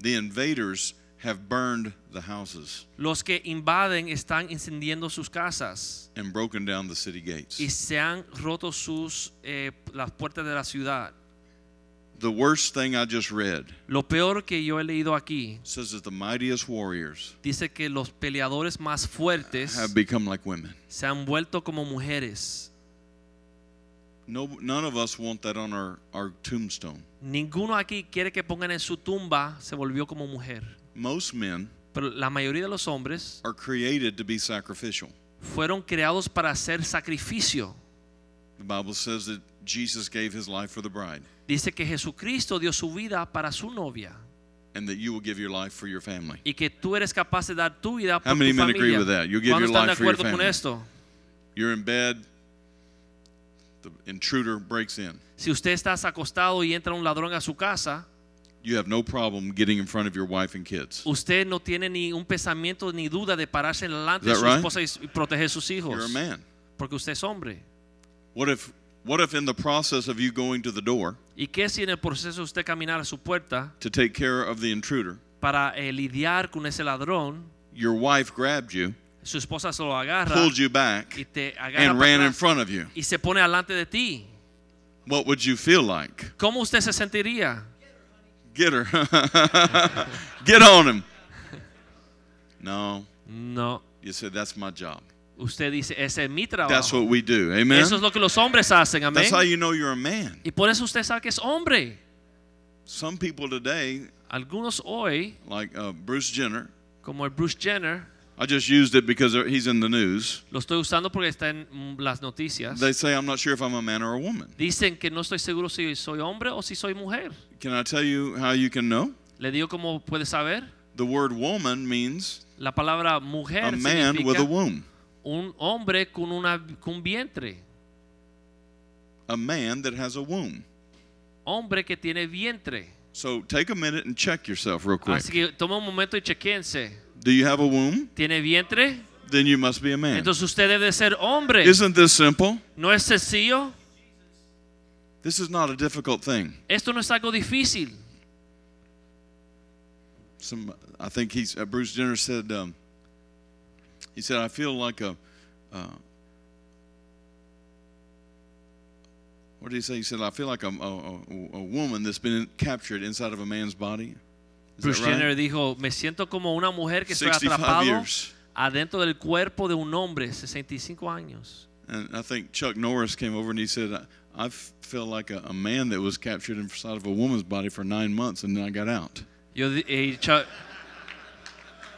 C: The invaders have burned the houses
B: Los que invaden están incendiando sus casas
C: and broken down the city gates.
B: y se han roto sus eh, las puertas de la ciudad.
C: The worst thing I just read
B: Lo peor que yo he leído aquí
C: says that the mightiest warriors
B: dice que los peleadores más fuertes
C: have become like women.
B: se han vuelto como mujeres.
C: No, none of us want that on our, our tombstone.
B: Ninguno aquí quiere que pongan en su tumba se volvió como mujer.
C: Most men
B: Pero la mayoría de los hombres
C: are created to be sacrificial.
B: fueron creados para hacer sacrificio.
C: The Bible says that Jesus gave his life for the bride.
B: Dice que Jesucristo dio su vida para su novia.
C: and that you will give your life for your family.
B: y que tú eres capaz de dar tu vida por
C: How many
B: tu
C: men agree
B: familia.
C: with that? You give
B: ¿Cuántos
C: your
B: están de
C: life for your
B: acuerdo con
C: family.
B: esto?
C: You're in bed, the intruder breaks in.
B: Si usted está acostado y entra un ladrón a su casa,
C: You have no problem getting in front of your wife and kids.
B: usted no tiene ni un pensamiento ni duda de pararse delante de
C: Is
B: su
C: that
B: esposa y y proteger sus
C: You're a
B: hijos,
C: man.
B: porque usted es hombre.
C: What if what if in the process of you going to the door
B: ¿Y qué si en el proceso usted caminar a su puerta
C: to take care of the intruder,
B: para eh, lidiar con ese ladrón,
C: your wife grabbed you,
B: su esposa se lo agarra
C: pulled you back,
B: y te agarra
C: and
B: para
C: ran in
B: atrás
C: front of you?
B: y se pone delante de ti?
C: What would you feel like?
B: ¿Cómo usted se sentiría?
C: Get her. Get on him. No,
B: No,
C: you said that's my job.
B: usted dice, ese es mi trabajo.
C: That's what we do. Amen.
B: Eso es lo que los hombres hacen, amén.
C: That's how you know you're a man.
B: Y por eso usted sabe que es hombre.
C: Some people today,
B: Algunos hoy,
C: like uh, Bruce Jenner,
B: como el Bruce Jenner,
C: I just used it because he's in the news.
B: lo estoy usando porque está en mm, las noticias.
C: They say I'm not sure if I'm a man or a woman.
B: Dicen que no estoy seguro si soy hombre o si soy mujer.
C: Can I tell you how you can know?
B: Le digo cómo puede saber.
C: The word woman means
B: La palabra mujer
C: a man with a
B: significa
C: womb,
B: un hombre con, una, con un vientre.
C: a man that has a womb.
B: Hombre que tiene vientre.
C: So take a minute and check yourself real quick.
B: Así que toma un momento y chequense.
C: Do you have a womb?
B: ¿Tiene vientre?
C: Then you must be a man.
B: Entonces usted debe de ser hombre.
C: Isn't this simple?
B: ¿No es sencillo?
C: This is not a difficult thing.
B: Esto no es algo difícil.
C: Some, I think he's uh, Bruce Jenner said. Um, he said, "I feel like a." Uh, what did he say? He said, "I feel like a, a, a, a woman that's been captured inside of a man's body." Is
B: Bruce
C: that right?
B: Jenner dijo, me siento como una mujer que estoy
C: 65
B: atrapado
C: years.
B: adentro del cuerpo de un hombre, 65 años.
C: And I think Chuck Norris came over and he said, "I, I feel like a, a man that was captured inside of a woman's body for nine months and then I got out."
B: Yo di- eh, Chuck-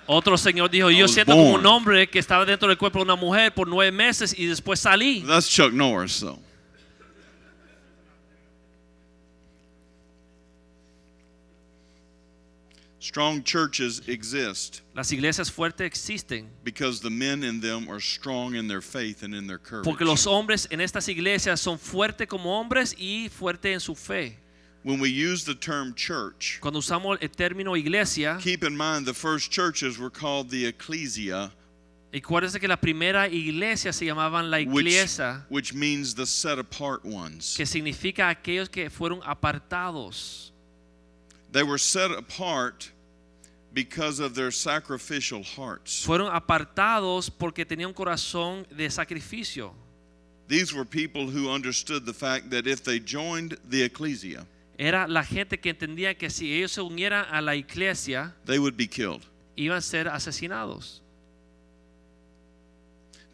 B: otro señor dijo, yo
C: was
B: siento como un
C: born.
B: hombre que estaba dentro del cuerpo de una mujer por nueve meses y después salí.
C: That's Chuck Norris, though. Strong churches exist
B: Las iglesias fuertes existen
C: because the men in them are strong in their faith and in their courage.
B: porque los hombres en estas iglesias son fuertes como hombres y fuertes en su fe.
C: When we use the term church,
B: Cuando usamos el término iglesia,
C: keep in mind the first churches were called the ecclesia,
B: y acuérdense que la primera iglesia se llamaban la
C: which,
B: iglesia.
C: which means the set apart ones.
B: que significa aquellos que fueron apartados.
C: They were set apart because of their sacrificial hearts.
B: Fueron apartados porque tenían un corazón de sacrificio.
C: These were people who understood the fact that if they joined the ecclesia,
B: Era la gente que entendía que si ellos se unieran a la iglesia,
C: they would be killed.
B: iban a ser asesinados.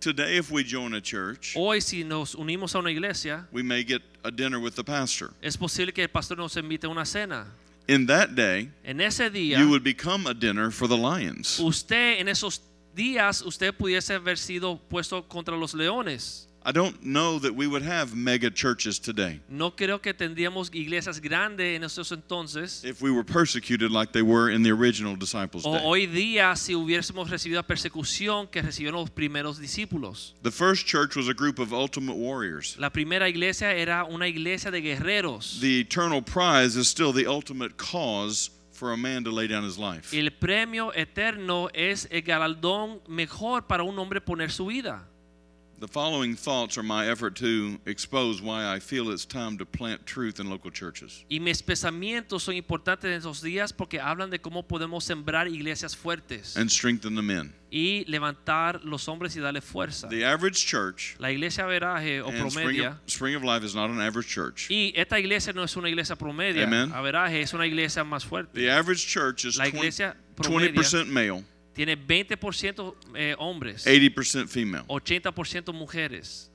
C: Today, if we join a church,
B: Hoy si nos unimos a una iglesia,
C: we may get a dinner with the pastor.
B: es posible que el pastor nos invite a una cena.
C: In that day,
B: En ese día,
C: you would become a dinner for the lions.
B: usted en esos días, usted pudiese haber sido puesto contra los leones.
C: I don't know that we would have mega churches today
B: No creo que tendríamos iglesias grandes en esos entonces.
C: if we were persecuted like they were in the original disciples'
B: O
C: day.
B: hoy día, si hubiésemos recibido la persecución que recibieron los primeros discípulos,
C: The first church was a group of ultimate warriors.
B: la primera iglesia era una iglesia de guerreros.
C: The eternal prize is still the ultimate cause for a man to lay down his life.
B: El premio eterno es el galardón mejor para un hombre poner su vida.
C: The following thoughts are my effort to expose why I feel it's time to plant truth in local churches.
B: Y mis pensamientos son importantes en estos días porque hablan de cómo podemos sembrar iglesias fuertes
C: and strengthen the men.
B: y levantar los hombres y darle fuerza.
C: The average church
B: La iglesia veraje o
C: and spring of,
B: promedia.
C: spring of Life is not an average church.
B: Y esta iglesia no es una iglesia promedia.
C: Amen.
B: A veraje es una iglesia más fuerte.
C: The average church is
B: La iglesia
C: 20, percent male,
B: tiene 20% eh, hombres,
C: 80% female,
B: 80% mujeres,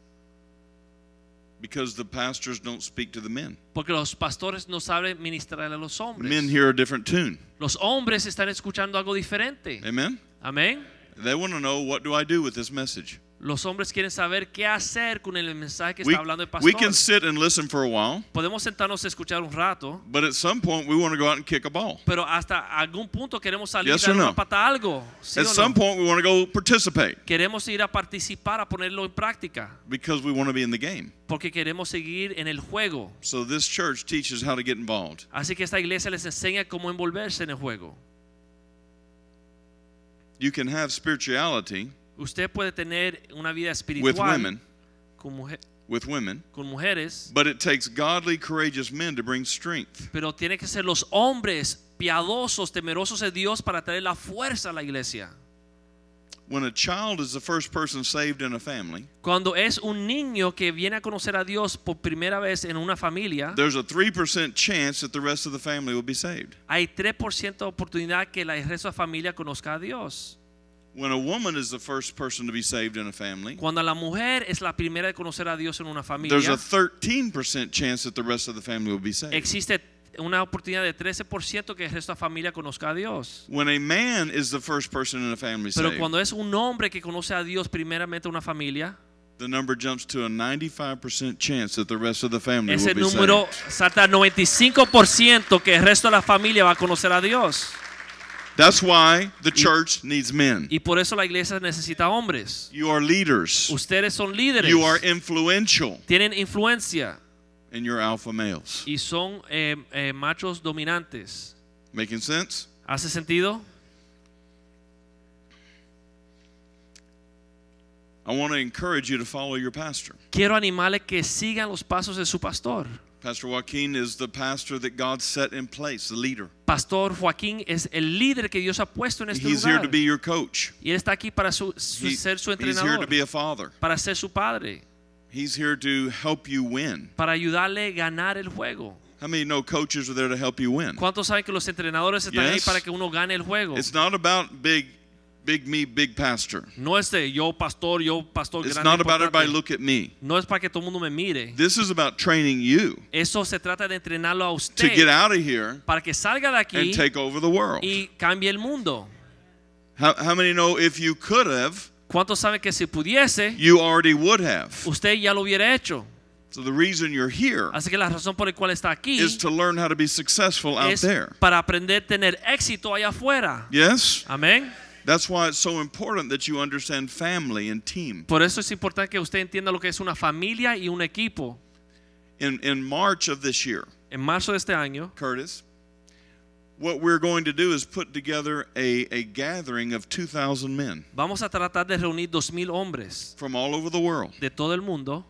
C: because the pastors don't speak to the men.
B: porque los pastores no saben ministrar a los hombres.
C: Men hear a different tune.
B: Los hombres están escuchando algo diferente.
C: Amen.
B: Amén.
C: They want to know what do I do with this message?
B: Los hombres quieren saber qué hacer con el mensaje que
C: We,
B: está hablando el pastor.
C: we can sit and listen for a while,
B: Podemos sentarnos a escuchar un rato,
C: but at some point we want to go out and kick a ball.
B: pero hasta algún punto queremos salir
C: Yes
B: a dar
C: or
B: una
C: no?
B: pata a algo. ¿sí
C: At
B: o no?
C: some point we want to go participate
B: Queremos ir a participar, a ponerlo en práctica,
C: because we want to be in the game.
B: porque queremos seguir en el juego.
C: So this church teaches how to get involved.
B: Así que esta iglesia les enseña cómo envolverse en el juego.
C: You can have spirituality
B: Usted puede tener una vida
C: with
B: espiritual
C: women,
B: con, muje-
C: with women,
B: con mujeres,
C: but it takes godly, courageous men to bring strength.
B: pero tiene que ser los hombres piadosos, temerosos de Dios para traer la fuerza a la iglesia.
C: When a child is the first person saved in a family,
B: Cuando es un niño que viene a conocer a Dios por primera vez en una familia,
C: there's a 3% chance that the rest of the family will be saved.
B: hay 3% de oportunidad que la resto de la familia conozca a Dios.
C: When a woman is the first person to be saved in a family,
B: Cuando la mujer es la primera de conocer a Dios en una
C: there's a
B: familia,
C: 13% chance that the rest of the family will be saved.
B: existe una oportunidad de 13% que el resto de la familia conozca a Dios.
C: When a man is the first person in a family
B: Pero
C: saved,
B: cuando es un hombre que conoce a Dios primeramente una familia,
C: the number jumps to a 95% chance that the rest of the family
B: ese
C: will be
B: número
C: saved.
B: salta al 95% que el resto de la familia va a conocer a Dios.
C: That's why the church needs men.
B: Y por eso la iglesia necesita hombres.
C: You are leaders.
B: Ustedes son líderes,
C: You are influential,
B: tienen influencia
C: and you're alpha males.
B: y son eh, eh, machos dominantes.
C: Making sense?
B: ¿Hace sentido?
C: I want to encourage you to follow your pastor.
B: Quiero animarles que sigan los pasos de su pastor.
C: Pastor Joaquin is the pastor that God set in place, the leader.
B: Pastor Joaquín es el líder que Dios ha puesto en este
C: He's here
B: lugar.
C: to be your coach.
B: y él está aquí para su- su-
C: He-
B: ser su
C: he's here to
B: entrenador,
C: be a father.
B: para ser su padre,
C: He's here to help you win.
B: para ayudarle a ganar el juego.
C: How many know coaches are there to help you win?
B: ¿Cuántos saben que los entrenadores están ahí
C: Yes.
B: para que uno gane el juego?
C: It's not about big, big me, big pastor.
B: No es de yo pastor, yo pastor
C: It's
B: grande,
C: not about
B: importante.
C: everybody look at me.
B: No es para que todo el mundo me mire.
C: This is about training you
B: Eso se trata de entrenarlo a
C: to
B: usted
C: get out of here
B: para que salga de aquí
C: and take over the world.
B: y cambie el mundo.
C: How, how many know if you could have,
B: ¿Cuántos saben que si pudiese,
C: you already would have?
B: usted ya lo hubiera hecho?
C: So the reason you're here
B: Así que la razón por la cual está aquí
C: is to learn how to be successful out
B: es
C: there.
B: para aprender a tener éxito allá afuera.
C: Yes?
B: Amén.
C: That's why it's so important that you understand family and team.
B: Por eso es importante que usted entienda lo que es una familia y un equipo.
C: In, in March of this year,
B: En marzo de este año,
C: Curtis, what we're going to do is put together a, a gathering of 2,000 men
B: vamos a tratar de reunir 2.000 hombres
C: from all over the world.
B: de todo el mundo.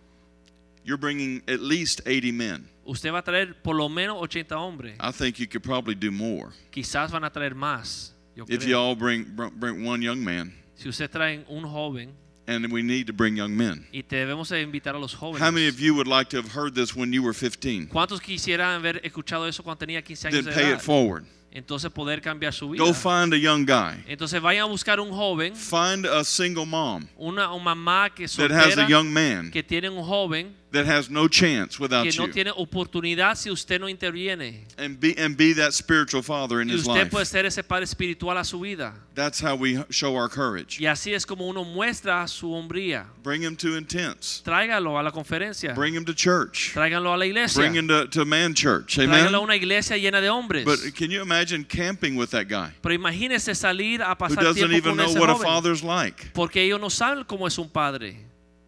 C: You're bringing at least 80 men.
B: Usted va a traer por lo menos 80 hombres.
C: I think you could probably do more
B: Quizás van a traer más. yo
C: if
B: creo.
C: you all bring, br- bring one young man,
B: Si usted traen un joven
C: and we need to bring young men.
B: y te debemos de invitar a los jóvenes.
C: How many of you would like to have heard this when you were 15?
B: ¿Cuántos quisieran haber escuchado eso cuando tenía 15 años
C: Then
B: de
C: pay
B: edad?
C: it forward.
B: Entonces poder cambiar su vida.
C: Go find a young guy.
B: Entonces vayan a buscar un joven,
C: Find a single mom
B: una o mamá que
C: that has a
B: soltera,
C: young man
B: que tiene un joven
C: that has no chance
B: que
C: without
B: no
C: you,
B: tiene oportunidad si usted no interviene.
C: and be and be that spiritual father in
B: Y
C: his
B: usted
C: life.
B: puede ser ese padre espiritual a su vida.
C: That's how we show our courage.
B: Y así es como uno muestra su hombría.
C: Bring him to intense.
B: Tráigalo a la conferencia.
C: Bring him to church.
B: Tráiganlo a la iglesia.
C: Bring him to, to man church.
B: Tráiganlo a
C: Amen.
B: una iglesia llena de hombres.
C: But can you imagine camping with that guy
B: Pero imagínese salir a
C: who
B: pasar
C: doesn't
B: tiempo
C: even
B: con
C: know
B: ese
C: what a
B: joven,
C: father's like?
B: porque ellos no saben cómo es un padre.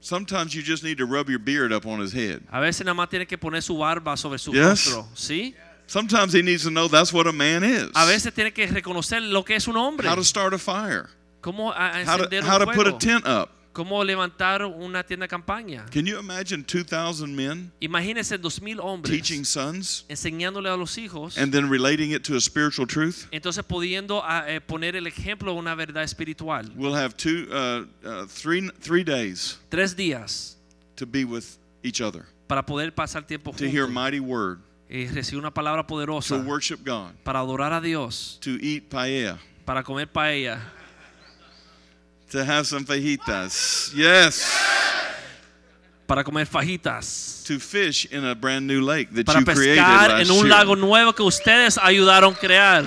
C: Sometimes you just need to rub your beard up on his head.
B: A veces nada más tiene que poner su barba sobre su
C: Yes.
B: rostro, ¿sí?
C: Sometimes he needs to know that's what a man is.
B: A veces tiene que reconocer lo que es un hombre,
C: How to start a fire.
B: cómo a- a
C: How
B: encender
C: to, how to
B: un
C: put a
B: fuego,
C: tent up.
B: cómo levantar una tienda de campaña.
C: Can you imagine 2,000 men
B: Imagínense dos mil hombres
C: teaching sons
B: enseñándole a los hijos,
C: and then relating it to a spiritual truth?
B: entonces pudiendo ah, eh, poner el ejemplo de una verdad espiritual.
C: We'll have two, uh, uh, three, three days
B: Tres días
C: to be with each other,
B: para poder pasar tiempo
C: to hear
B: juntos
C: mighty word,
B: y recibir una palabra
C: to
B: poderosa
C: worship God,
B: para adorar a Dios,
C: to eat paella,
B: para comer paella.
C: to have some fajitas. Yes.
B: para comer fajitas,
C: To fish in a brand new lake that
B: para
C: you created
B: pescar
C: last
B: en un
C: year.
B: lago nuevo que ustedes ayudaron a crear,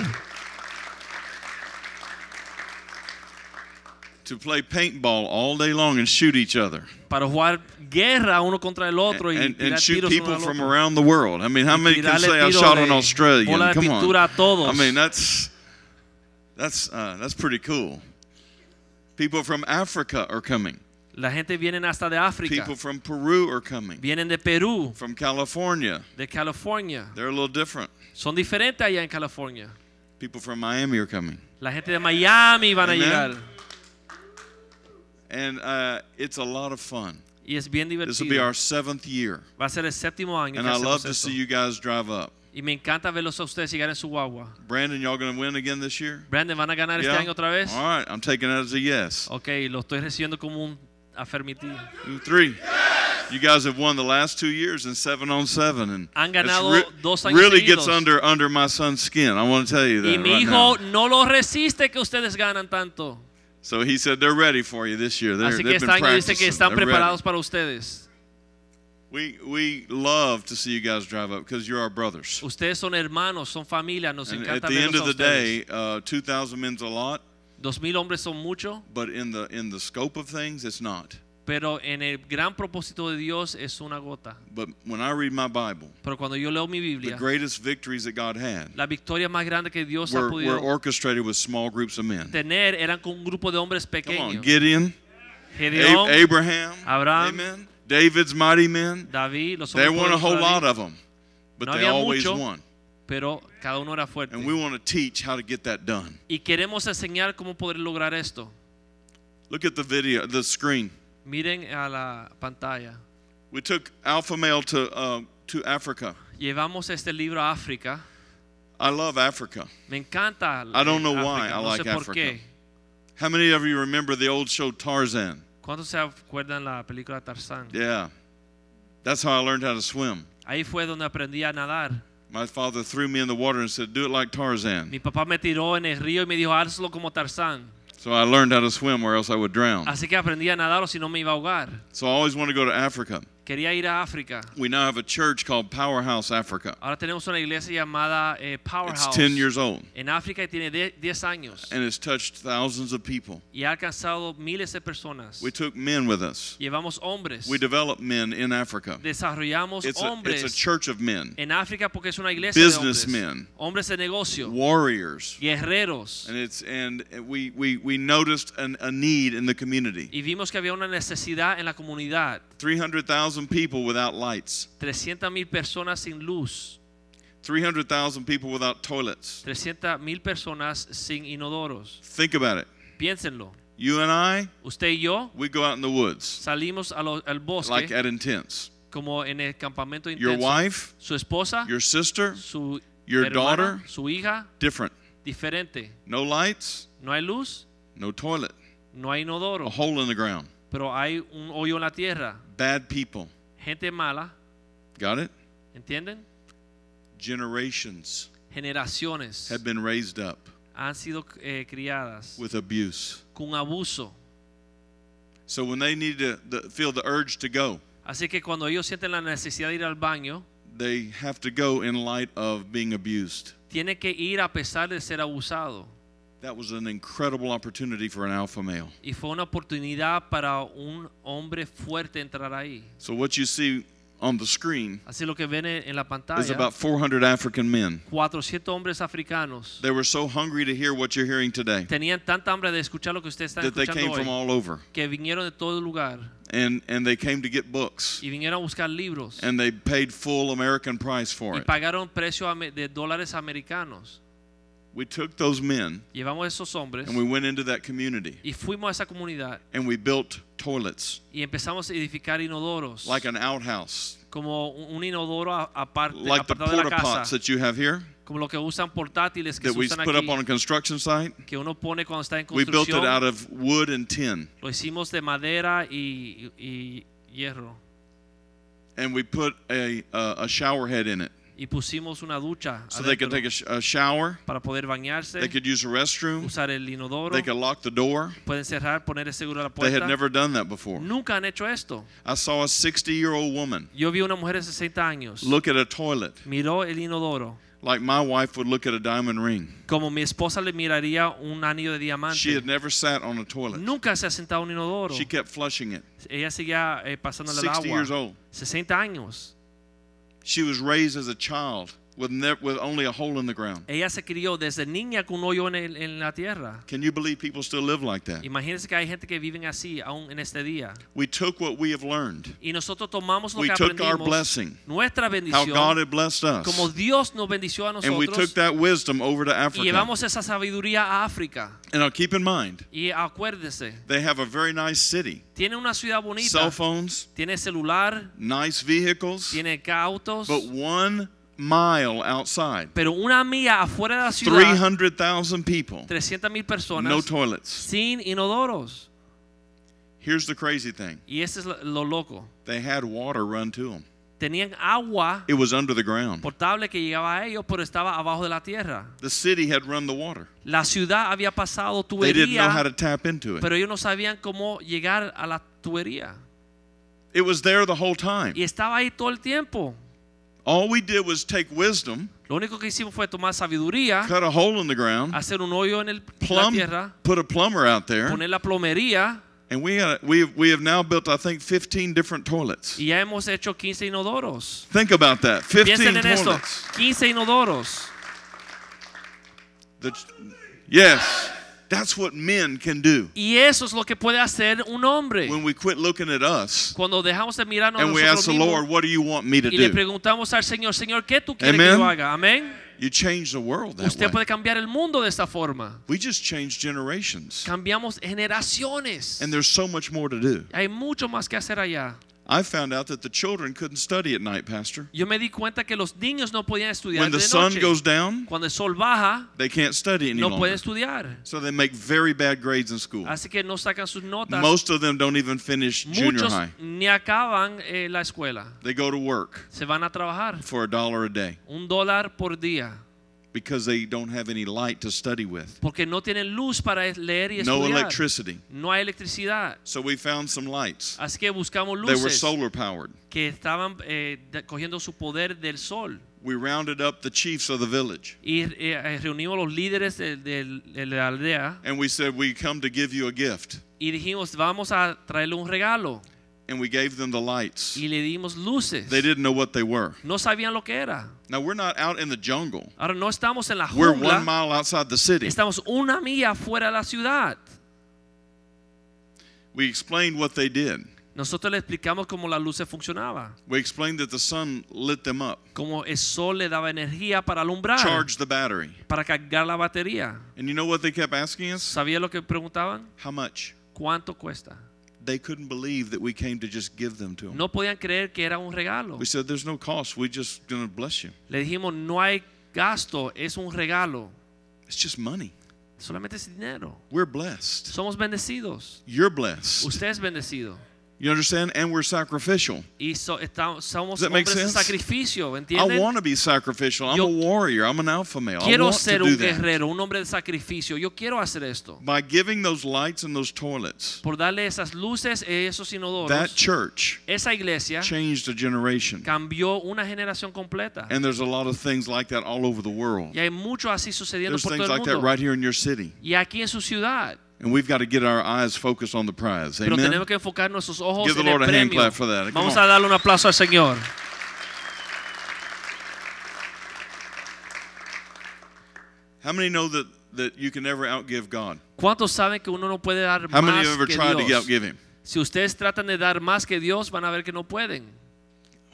C: to play paintball all day long and shoot each other
B: para jugar guerra uno contra el otro y
C: and, and
B: tirar
C: shoot
B: tiros uno
C: people
B: al
C: from
B: otro.
C: around the world. I mean, how
B: Y
C: many can
B: tirarle
C: say I
B: tiro
C: shot
B: de
C: an Australian?
B: bola de
C: Come
B: pintura
C: on.
B: a todos.
C: I mean, that's that's uh, that's pretty cool. People from Africa are coming.
B: La gente vienen hasta de África,
C: People from Peru are coming.
B: vienen de Perú,
C: From California,
B: de California.
C: they're a little different.
B: Son diferentes allá en California.
C: People from Miami are coming.
B: La gente de Miami van a
C: Amen.
B: llegar
C: And uh, it's a lot of fun.
B: y es bien
C: This will be
B: divertido.
C: our seventh year.
B: Va a ser el séptimo año.
C: And
B: que
C: I
B: hacemos
C: love to
B: esto.
C: see you guys drive up.
B: Y me encanta verlos a ustedes llegar en su guagua.
C: Brandon, y'all going to win again this year?
B: Brandon, ¿van a ganar este año otra vez?
C: All right, I'm taking that as a yes.
B: Ok, lo estoy recibiendo como un afirmativo.
C: And Three. You guys have won the last two years in seven on seven, and
B: Han
C: it's
B: ganado dos años
C: really gets
B: seguidos.
C: under under my son's skin. I want to tell you that.
B: Y mi
C: right
B: hijo
C: now.
B: no lo resiste que ustedes ganan tanto.
C: So he said they're ready for you this year. They're,
B: Así que
C: they've
B: este
C: been
B: año
C: practicing.
B: dice que están
C: They're ready.
B: preparados para ustedes.
C: We we love to see you guys drive up because you're our brothers.
B: Ustedes son hermanos, son familia, nos
C: And at
B: encanta
C: the end
B: verlos
C: of
B: a
C: the day,
B: ustedes.
C: uh, two thousand men's a lot,
B: Dos mil hombres son mucho,
C: but in the in the scope of things, it's not.
B: pero en el gran propósito de Dios es una gota.
C: But when I read my Bible,
B: Pero cuando yo leo mi
C: the
B: Biblia,
C: greatest victories that God had
B: la victoria más grande que Dios ha
C: were, were
B: podido
C: orchestrated with small groups of men.
B: tener eran con un grupo de hombres
C: Come on,
B: pequeños.
C: Gideon.
B: Gedeón,
C: A- Abraham,
B: Abraham.
C: amen. David's mighty men.
B: David, los
C: They
B: hombres
C: weren't a whole
B: poderosos de David,
C: lot of them, but
B: No
C: they
B: había
C: always
B: mucho.
C: won.
B: pero cada uno era fuerte.
C: And we want to teach how to get that done.
B: Y queremos enseñar cómo poder lograr esto.
C: Look at the video, the screen.
B: Miren a la pantalla.
C: We took Alpha Male to uh, to Africa.
B: Llevamos este libro a África.
C: I love Africa.
B: Me encanta.
C: I don't know
B: África.
C: why I
B: no
C: like
B: sé por
C: Africa.
B: qué.
C: How many of you remember the old show Tarzan?
B: ¿Cuántos se acuerdan la película Tarzán?
C: Yeah, that's how I learned how to swim.
B: Ahí fue donde aprendí a nadar.
C: My father threw me in the water and said, "Do it like Tarzan."
B: Mi papá me tiró en el río y me dijo, hazlo como Tarzán.
C: So I learned how to swim, or else I would drown.
B: Así que aprendí a nadar o si no me iba a ahogar.
C: So I always want to go to Africa.
B: Quería ir a África.
C: We now have a church called Powerhouse Africa.
B: Ahora tenemos una iglesia llamada eh, Powerhouse.
C: It's 10 years old
B: En África y tiene de- 10 años.
C: and it's touched thousands of people.
B: y ha alcanzado miles de personas.
C: We took men with us.
B: Llevamos hombres.
C: We developed men in Africa.
B: Desarrollamos
C: It's a,
B: hombres
C: it's a church of men,
B: en África porque es una iglesia de hombres.
C: Businessmen.
B: Hombres de negocio.
C: warriors.
B: guerreros.
C: And it's and we we, we noticed an, a need in the community.
B: Y vimos que había una necesidad en la comunidad.
C: 300,000 people without lights.
B: 300 mil personas sin luz.
C: 300,000 people without toilets.
B: 300 mil personas sin inodoros.
C: Think about it.
B: Piénsenlo.
C: You and I,
B: Usted y yo
C: we go out in the woods
B: salimos a lo- al bosque
C: like at intense.
B: como en el campamento
C: Your
B: intenso.
C: wife,
B: su esposa,
C: your sister,
B: su
C: your
B: hermana,
C: daughter.
B: su hija,
C: different.
B: diferente.
C: No lights,
B: No hay luz,
C: no toilet,
B: no hay inodoro,
C: a hole in the ground.
B: pero hay un hoyo en la tierra.
C: Bad people.
B: Gente mala,
C: Got it?
B: ¿entienden?
C: Generations
B: Generaciones
C: have been raised up
B: han sido eh, criadas
C: with abuse.
B: con abuso.
C: So when they need to the, feel the urge to go,
B: Así que cuando ellos sienten la necesidad de ir al baño,
C: they have to go in light of being abused.
B: tienen que ir a pesar de ser abusado.
C: That was an incredible opportunity for an alpha male.
B: Y fue una oportunidad para un hombre fuerte entrar ahí.
C: So what you see on the screen
B: Así lo que ven en en la
C: is
B: pantalla,
C: about 400 African men.
B: 400 hombres africanos
C: They were so hungry to hear what you're hearing today
B: tenían tanta hambre de escuchar lo que ustedes están
C: that they came
B: escuchando
C: from
B: hoy,
C: all over
B: que vinieron de todo lugar
C: and and they came to get books
B: y vinieron a buscar libros
C: and they paid full American price for
B: y
C: it.
B: pagaron precio ame- de dólares americanos.
C: We took those men
B: Llevamos a esos hombres
C: and we went into that community
B: y fuimos a esa comunidad
C: and we built toilets
B: y empezamos a edificar inodoros,
C: like an outhouse,
B: como un un inodoro a- aparte,
C: like the
B: apartado de
C: porta
B: la
C: pots
B: casa,
C: that you have here
B: como lo que usan portátiles que
C: that
B: se
C: we
B: usan
C: put up
B: aquí,
C: on a construction site.
B: que uno pone cuando está en
C: We built it out
B: construcción.
C: of wood and tin,
B: Lo hicimos de madera y, y- y hierro
C: and we put a uh, a shower head in it
B: y pusimos una ducha
C: so they could
B: adentro
C: take a, sh- a shower,
B: para poder bañarse,
C: they could use a restroom,
B: usar el inodoro,
C: they could lock the door.
B: pueden cerrar, poner seguro a la
C: They had
B: puerta.
C: never done that before.
B: Nunca han hecho esto.
C: I saw a 60 year old woman
B: Yo vi una mujer de 60 años.
C: look at a toilet
B: miró el inodoro
C: like my wife would look at a diamond ring.
B: Como mi esposa le miraría un anillo de
C: She had
B: diamante.
C: never sat on a toilet.
B: Nunca se ha sentado en un inodoro.
C: She kept flushing it.
B: Ella seguía eh, pasándole el
C: 60 years
B: agua.
C: old.
B: 60 años.
C: She was raised as a child with, ne- with only a hole in the ground.
B: Ella se crió desde niña con un hoyo en, el- en la tierra.
C: Can you believe people still live like that?
B: Imagínense que hay gente que viven así aún en este día.
C: We took what we have learned,
B: Y nosotros tomamos lo
C: We
B: que
C: took our
B: aprendimos,
C: blessing,
B: nuestra
C: how God
B: bendición,
C: had blessed
B: como
C: us,
B: Dios nos bendició a
C: and we took
B: nosotros,
C: that wisdom over to
B: y
C: Africa.
B: llevamos esa sabiduría a África.
C: And now keep in mind,
B: Y acuérdese,
C: they have a very nice city,
B: tiene una ciudad bonita,
C: cell phones,
B: tiene celular,
C: nice vehicles,
B: tiene autos,
C: but one mile outside,
B: pero una milla afuera de la ciudad,
C: 300,000 people,
B: 300 mil
C: no
B: personas
C: toilets.
B: sin inodoros.
C: Here's the crazy thing
B: Y eso es lo- lo loco.
C: they had water run to them,
B: Tenían agua
C: it was under the ground.
B: portable que llegaba a ellos, pero estaba abajo de la tierra.
C: The city had run the water.
B: La ciudad había pasado
C: They didn't know how
B: tubería,
C: to tap into it.
B: pero ellos no sabían cómo llegar a la tubería.
C: It was there the whole time.
B: Y estaba ahí todo el tiempo.
C: All we did was take wisdom,
B: Lo único que hicimos fue tomar sabiduría,
C: cut a hole in the ground,
B: hacer un hoyo en el, la
C: plumb,
B: tierra,
C: put a plumber out there,
B: poner la plomería
C: and we got, we have, we have now built I think 15 different toilets.
B: y ya hemos hecho 15 inodoros.
C: Think about that, 15
B: Piensen en esto,
C: toilets.
B: 15 inodoros.
C: The, yes, that's what men can do
B: Y eso es lo que puede hacer un hombre.
C: when we quit looking at us
B: Cuando dejamos de mirarnos a
C: and we ask
B: nosotros
C: the Lord,
B: mismos
C: "What do you want me to
B: y le
C: do?"
B: preguntamos al Señor, Señor, ¿qué tú quieres que
C: Amen.
B: yo haga? Amén.
C: You change the world that
B: Usted
C: way.
B: puede cambiar el mundo de esta forma.
C: We just change generations,
B: Cambiamos generaciones.
C: and there's so much more to do.
B: Hay mucho más que hacer allá.
C: I found out that the children couldn't study at night, Pastor.
B: Yo me di cuenta que los niños no podían estudiar
C: When the
B: de
C: sun
B: noche.
C: goes down,
B: Cuando el sol baja,
C: they can't study any
B: no pueden
C: longer.
B: estudiar.
C: So they make very bad grades in school.
B: Así que no sacan sus notas.
C: Most of them don't even finish junior
B: Muchos
C: high.
B: ni acaban eh, la escuela.
C: They go to work
B: Se van a trabajar
C: for a dollar a day
B: un dólar por día
C: because they don't have any light to study with,
B: porque no tienen luz para es- leer y
C: no
B: estudiar.
C: electricity.
B: No hay electricidad.
C: So we found some lights.
B: Así que buscamos
C: They were
B: luces
C: solar powered.
B: que estaban eh, de- cogiendo su poder del sol.
C: We rounded up the chiefs of the village
B: Y eh, eh, reunimos los líderes de, de- de la aldea
C: and we said, We come to give you a gift.
B: y dijimos, vamos a traerle un regalo.
C: And we gave them the lights.
B: Y le dimos luces.
C: They didn't know what they were.
B: No sabían lo que era.
C: Now we're not out in the jungle,
B: Ahora no estamos en la
C: we're one
B: jungla.
C: mile outside the city.
B: Estamos una milla fuera de la ciudad.
C: We explained what they did.
B: Nosotros le explicamos cómo las luces funcionaban.
C: We explained that the sun lit them up,
B: Cómo el sol le daba energía para alumbrar.
C: charged the battery.
B: Para cargar la batería.
C: And you know what they kept asking us?
B: ¿Sabía lo que preguntaban?
C: How much?
B: ¿Cuánto cuesta?
C: They couldn't believe that we came to just give them to them.
B: No podían creer que era un regalo.
C: We said, There's no cost. We're just going to bless you.
B: Le dijimos, no hay gasto, es un regalo.
C: It's just money.
B: Solamente es dinero.
C: We're blessed.
B: Somos bendecidos.
C: You're blessed.
B: Usted es bendecido.
C: You understand? And we're sacrificial.
B: Y so- estamos, somos
C: Does that make
B: hombres de
C: sense?
B: sacrificio,
C: I
B: ¿entienden?
C: want to be sacrificial. I'm
B: Yo-
C: a warrior. I'm an alpha male. I
B: Quiero
C: want to
B: ser
C: do
B: un
C: that.
B: guerrero, un hombre de sacrificio. Yo quiero hacer esto.
C: By giving those lights and those toilets,
B: Por darle esas luces, e esos
C: that
B: inodoros,
C: church
B: esa iglesia
C: changed a generation.
B: cambió una generación completa.
C: And there's a lot of things like that all over the world.
B: Y hay mucho así sucediendo
C: There's
B: por
C: things
B: todo el
C: like that
B: mundo.
C: right here in your city.
B: Y aquí en su ciudad.
C: And we've got to get our eyes focused on the prize.
B: Pero
C: Amen.
B: tenemos que enfocar nuestros ojos
C: Give the
B: en el
C: Lord a hand
B: premio.
C: clap for that. Come
B: Vamos
C: on.
B: a darle un aplauso al Señor.
C: How many know that, that you can never outgive God?
B: ¿Cuántos saben que uno no puede dar
C: How many
B: más
C: of you ever
B: que
C: tried
B: Dios?
C: to outgive Him?
B: Si ustedes tratan de dar más que Dios, van a ver que no pueden.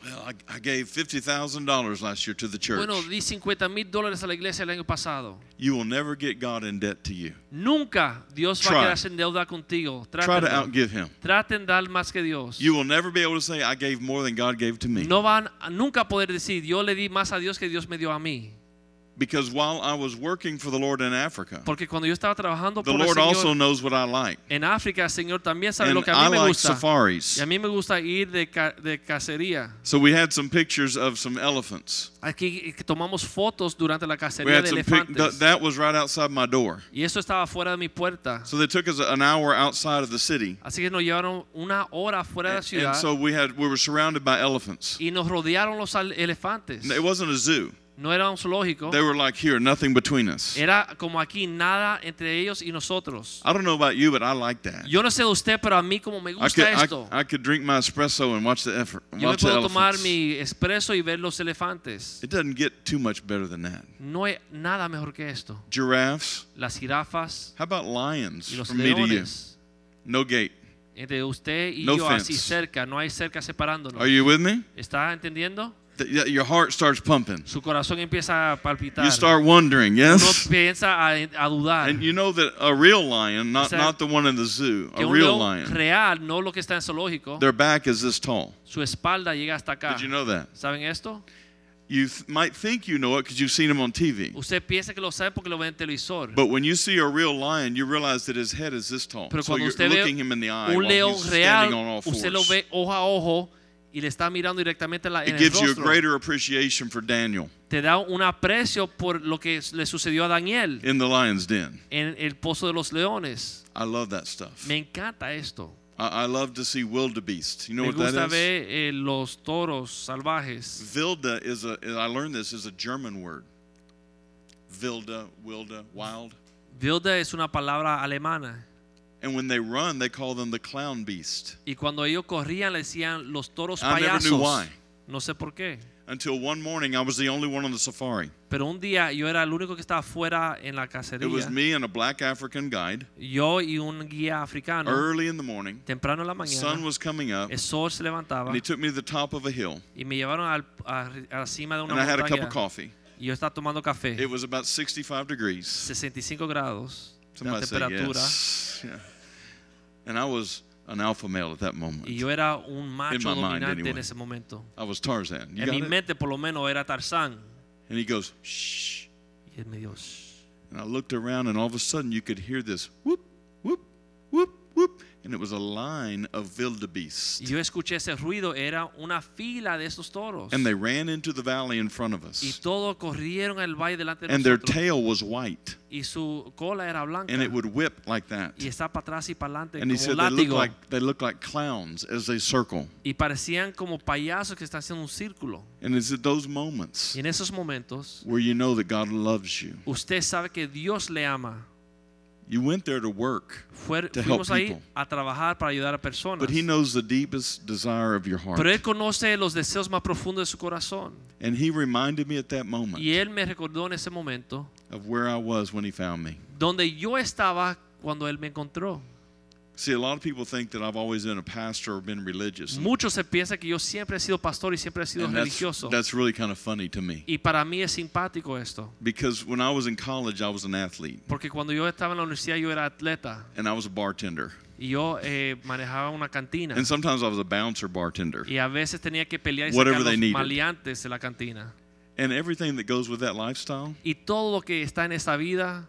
C: Well, I, I gave $50,000 last year to the church.
B: Bueno, di 50 mil dólares a la iglesia el año pasado.
C: you will never get God in debt to you.
B: Nunca Dios va
C: Try.
B: a quedarse en deuda contigo.
C: Try to
B: Traten,
C: outgive Him.
B: traten dar más que Dios.
C: You will never be able to say, I gave more than God gave to me.
B: No van a nunca poder decir, yo le di más a Dios que Dios me dio a mí.
C: Because while I was working for the Lord in Africa,
B: Porque cuando yo estaba trabajando
C: the
B: por el
C: Lord
B: Señor
C: also knows what I like.
B: en África, el Señor también sabe
C: And
B: lo que a
C: I
B: mí me
C: like
B: gusta.
C: safaris.
B: Y a mí me gusta ir de, ca- de cacería.
C: So we had some pictures of some elephants.
B: Aquí eh, tomamos fotos durante la
C: We
B: cacería
C: had
B: de
C: some pic- th-
B: elefantes.
C: that was right outside my door.
B: y eso estaba fuera de mi puerta.
C: So they took us an hour outside of the city.
B: Así que nos llevaron una hora fuera de la
C: And,
B: ciudad
C: so we had we were surrounded by elephants.
B: y nos rodearon los al- elefantes.
C: It wasn't a zoo.
B: No era un zoológico.
C: They were like here, nothing between us.
B: Era como aquí, nada entre ellos y nosotros.
C: I don't know about you, but I like that.
B: Yo no sé usted, pero a mí como me
C: I
B: gusta
C: could, I,
B: esto.
C: I could drink my espresso and watch the effort.
B: yo me
C: Watch the
B: puedo tomar
C: elephants.
B: mi espresso y ver los elefantes.
C: It doesn't get too much better than that.
B: No hay nada mejor que esto.
C: Giraffes.
B: Las jirafas
C: How about lions
B: y los
C: from me to you?
B: leones.
C: No gate.
B: Entre usted y
C: No
B: yo así
C: fence.
B: cerca, no hay cerca separándonos.
C: Are you with me?
B: ¿Está entendiendo?
C: Th- y- your heart starts pumping.
B: Su corazón empieza a palpitar.
C: You start wondering,
B: Uno
C: yes?
B: piensa a, a dudar.
C: And you know that a real lion, not,
B: sea,
C: not the one in the zoo,
B: que
C: a
B: un
C: real
B: león
C: lion,
B: real, no lo que está en zoológico,
C: their back is this tall.
B: su espalda llega hasta acá.
C: Did you know that?
B: ¿Saben esto?
C: You th- might think you know it because you've seen him on TV.
B: Usted piensa que lo sabe porque lo ve en televisor.
C: But when you see a real lion, you realize that his head is this tall.
B: Pero
C: So
B: cuando
C: you're
B: usted ve
C: looking him in the eye
B: un
C: while
B: león
C: he's
B: real,
C: standing on all fours.
B: usted lo ve ojo a ojo y le está mirando directamente en la,
C: It
B: en el
C: gives you a
B: rostro.
C: greater appreciation for Daniel
B: Te da un aprecio por lo que le sucedió a Daniel
C: in the lion's den.
B: en el pozo de los leones.
C: I love that stuff.
B: Me encanta esto.
C: I, I love to see wildebeest. You know
B: Me
C: what
B: gusta
C: that is?
B: ver eh, los toros salvajes.
C: Wilde is a. I learned this is a German word. Wilde, wilde, wild.
B: Wilde es una palabra alemana.
C: And when they run, they call them the clown beast.
B: Y cuando ellos corrían le decían los toros
C: I never knew
B: payasos.
C: why.
B: No sé por qué.
C: Until one morning, I was the only one on the safari.
B: Pero un día yo era el único que estaba fuera en la
C: It was
B: cacería.
C: me and a black African guide.
B: Yo y un guía africano.
C: Early in the morning,
B: temprano en la
C: sun
B: mañana,
C: was coming up,
B: el sol se levantaba
C: and he took me to the top of a hill,
B: y me llevaron al- a, a la cima de una
C: and I had a cup of
B: montaña.
C: coffee.
B: Y yo estaba tomando café,
C: It was about 65 degrees.
B: 65 grados de la
C: Somebody say
B: temperatura.
C: yes. Yeah. And I was an alpha male at that moment.
B: Y yo era un macho
C: mind,
B: dominante en
C: anyway.
B: ese momento.
C: I was Tarzan. You
B: en mi
C: got it?
B: mente, por lo menos, era Tarzán.
C: And he goes, shh.
B: Y él me dijo, "Shh".
C: And I looked around, and all of a sudden, you could hear this whoop, whoop, whoop, whoop. And it was a line of wildebeest.
B: Y yo escuché ese ruido, era una fila de esos toros.
C: And they ran into the valley in front of
B: y
C: us.
B: todos corrieron al valle delante de
C: And their
B: nosotros.
C: tail was white.
B: Y su cola era blanca.
C: And it would whip like that.
B: y estaba para atrás y para adelante
C: And he
B: como
C: said
B: un
C: they look
B: látigo.
C: like they look like clowns as they circle.
B: y parecían como payasos que están haciendo un círculo.
C: And it's at those moments
B: Y en esos momentos,
C: where you know that God loves you.
B: usted sabe que Dios le ama.
C: You went there to work,
B: Fuer-
C: To help
B: fuimos ahí
C: people.
B: a trabajar para ayudar a personas.
C: but He knows the deepest desire of your heart.
B: Pero Él conoce los deseos más profundos de su corazón.
C: And He reminded me at that
B: Y
C: moment
B: Él me recordó en ese momento
C: of where I was when He found me.
B: donde yo estaba cuando Él me encontró.
C: See, a lot of people think that I've always been a pastor or been religious. and-
B: Muchos se piensan que yo siempre he sido pastor y siempre he sido
C: And that's,
B: religioso.
C: that's really kind of funny to me.
B: Y para mí es simpático esto.
C: Because when I was in college, I was an athlete
B: Porque cuando yo estaba en la universidad yo era atleta
C: and I was a bartender.
B: y yo eh, manejaba una cantina.
C: And sometimes I was a bouncer bartender.
B: Y a veces tenía que pelear y
C: Whatever
B: sacar
C: they
B: los
C: needed.
B: maleantes de la cantina.
C: And everything that goes with that lifestyle,
B: Y todo lo que está en esta vida,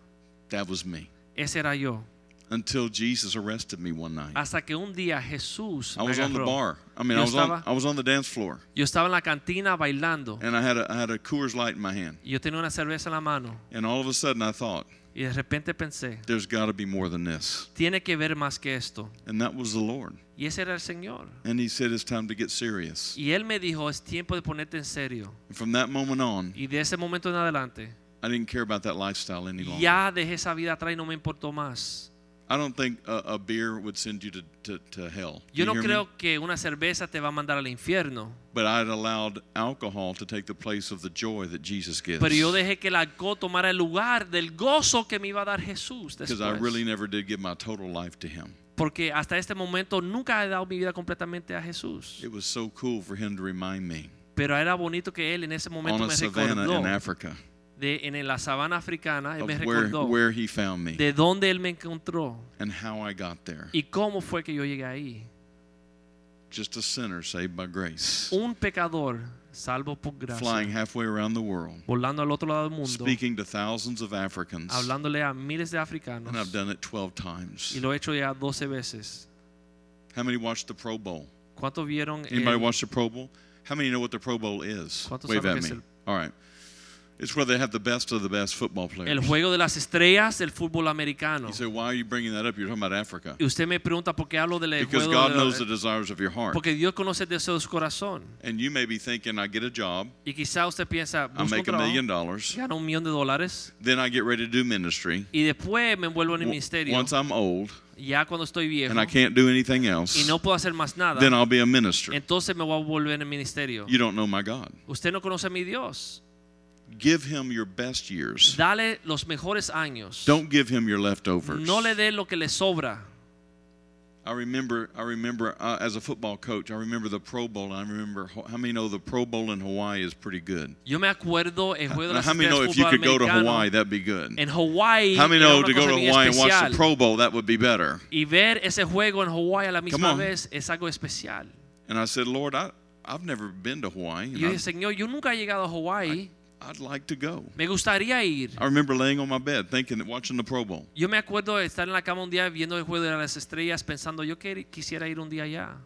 C: that was me.
B: ese era yo.
C: Until Jesus arrested me one night.
B: Hasta que un día Jesús
C: I
B: me
C: was on the
B: agarró.
C: bar. I mean, I
B: Yo
C: was on,
B: estaba-
C: I was on the dance floor
B: Yo estaba en la cantina bailando.
C: and I had a, I had a Coors Light in my hand.
B: Y yo tenía una cerveza en la mano.
C: And all of a sudden I thought,
B: Y de repente pensé,
C: there's got to be more than this.
B: tiene que ver más que esto.
C: And that was the Lord.
B: Y ese era el Señor.
C: And he said, it's time to get serious.
B: Y Él me dijo, es tiempo de ponerte en serio.
C: And from that moment on,
B: Y de ese momento en adelante,
C: I didn't care about that lifestyle any longer.
B: ya dejé esa vida atrás y no me importó más.
C: I don't think a, a beer would send you to, to, to hell. Do you
B: Yo no
C: hear me?
B: creo que una cerveza te va a mandar al infierno.
C: But I had allowed alcohol to take the place of the joy that Jesus gives.
B: Pero yo dejé que el alcohol tomara el lugar del gozo que me iba a dar Jesús
C: Because I
B: después.
C: really never did give my total life to him.
B: Porque hasta este momento nunca he dado mi vida completamente a Jesús.
C: It was so cool for him to remind me
B: Pero era bonito que él en ese
C: on
B: momento
C: a
B: me
C: savanna in
B: recordó
C: Africa
B: de en la sabana africana, él
C: of
B: me
C: where,
B: recordó
C: where he found me
B: de dónde él me encontró
C: and how I got there.
B: y cómo fue que yo llegué ahí.
C: Just a sinner saved by grace,
B: Un pecador salvo por
C: flying
B: gracia,
C: halfway around the world,
B: volando al otro lado del mundo,
C: speaking to thousands of Africans.
B: hablándole a miles de
C: And I've
B: africanos
C: done it 12 times.
B: y lo he hecho ya 12 veces.
C: How many watched the Pro Bowl?
B: ¿Cuántos vieron el-
C: Anybody watch the Pro Bowl? How many know what the Pro Bowl is?
B: Eh, ¿Cuántos
C: Wave at
B: saben qué es
C: me.
B: el-
C: All right. It's where they have the best of the best football
B: el
C: players.
B: juego de las estrellas del fútbol americano.
C: You say, why are you bringing that up? You're talking about Africa.
B: Y usted me pregunta por qué hablo del
C: Because
B: juego
C: God
B: de-
C: knows the desires of your heart.
B: porque Dios conoce el deseo de su corazón.
C: And you may be thinking, I get a job,
B: Y quizá usted piensa,
C: I
B: busco un
C: make a
B: trabajo,
C: million dollars,
B: gano un millón de dólares
C: then I get ready to do ministry.
B: y después me envuelvo en el
C: W-
B: ministerio.
C: Once I'm old
B: Ya cuando estoy viejo
C: and I can't do anything
B: y
C: else,
B: no puedo hacer más nada,
C: then I'll be a minister.
B: entonces me voy a volver en el ministerio.
C: You don't know my God.
B: Usted no conoce a mi Dios.
C: Give him your best years.
B: Dale los mejores años.
C: Don't give him your leftovers.
B: No le dé lo que le sobra.
C: I remember, I remember uh, as a football coach, I remember the Pro Bowl. And I remember ho- how many know the Pro Bowl in Hawaii is pretty good.
B: Yo me acuerdo en juego de
C: Now,
B: las
C: how many know
B: Estrellas
C: if you
B: fútbol
C: could go to
B: americano,
C: Hawaii, that'd be good.
B: En Hawaii
C: How many
B: era
C: know
B: una
C: to go
B: cosa
C: to
B: bien
C: Hawaii and watch
B: especial.
C: the Pro Bowl, that would be better?
B: y ver ese juego en Hawaii a la misma
C: on.
B: vez es algo especial.
C: And I said, Lord, I, I've never been to Hawaii.
B: Y yo dije,
C: And
B: Señor, yo nunca he llegado a
C: I,
B: Hawaii.
C: I'd like to go.
B: Me gustaría ir.
C: I remember laying on my bed thinking, that watching the Pro Bowl.
B: Yo me acuerdo de estar en la cama un día viendo el juego de las estrellas pensando, yo quer- quisiera ir un día allá.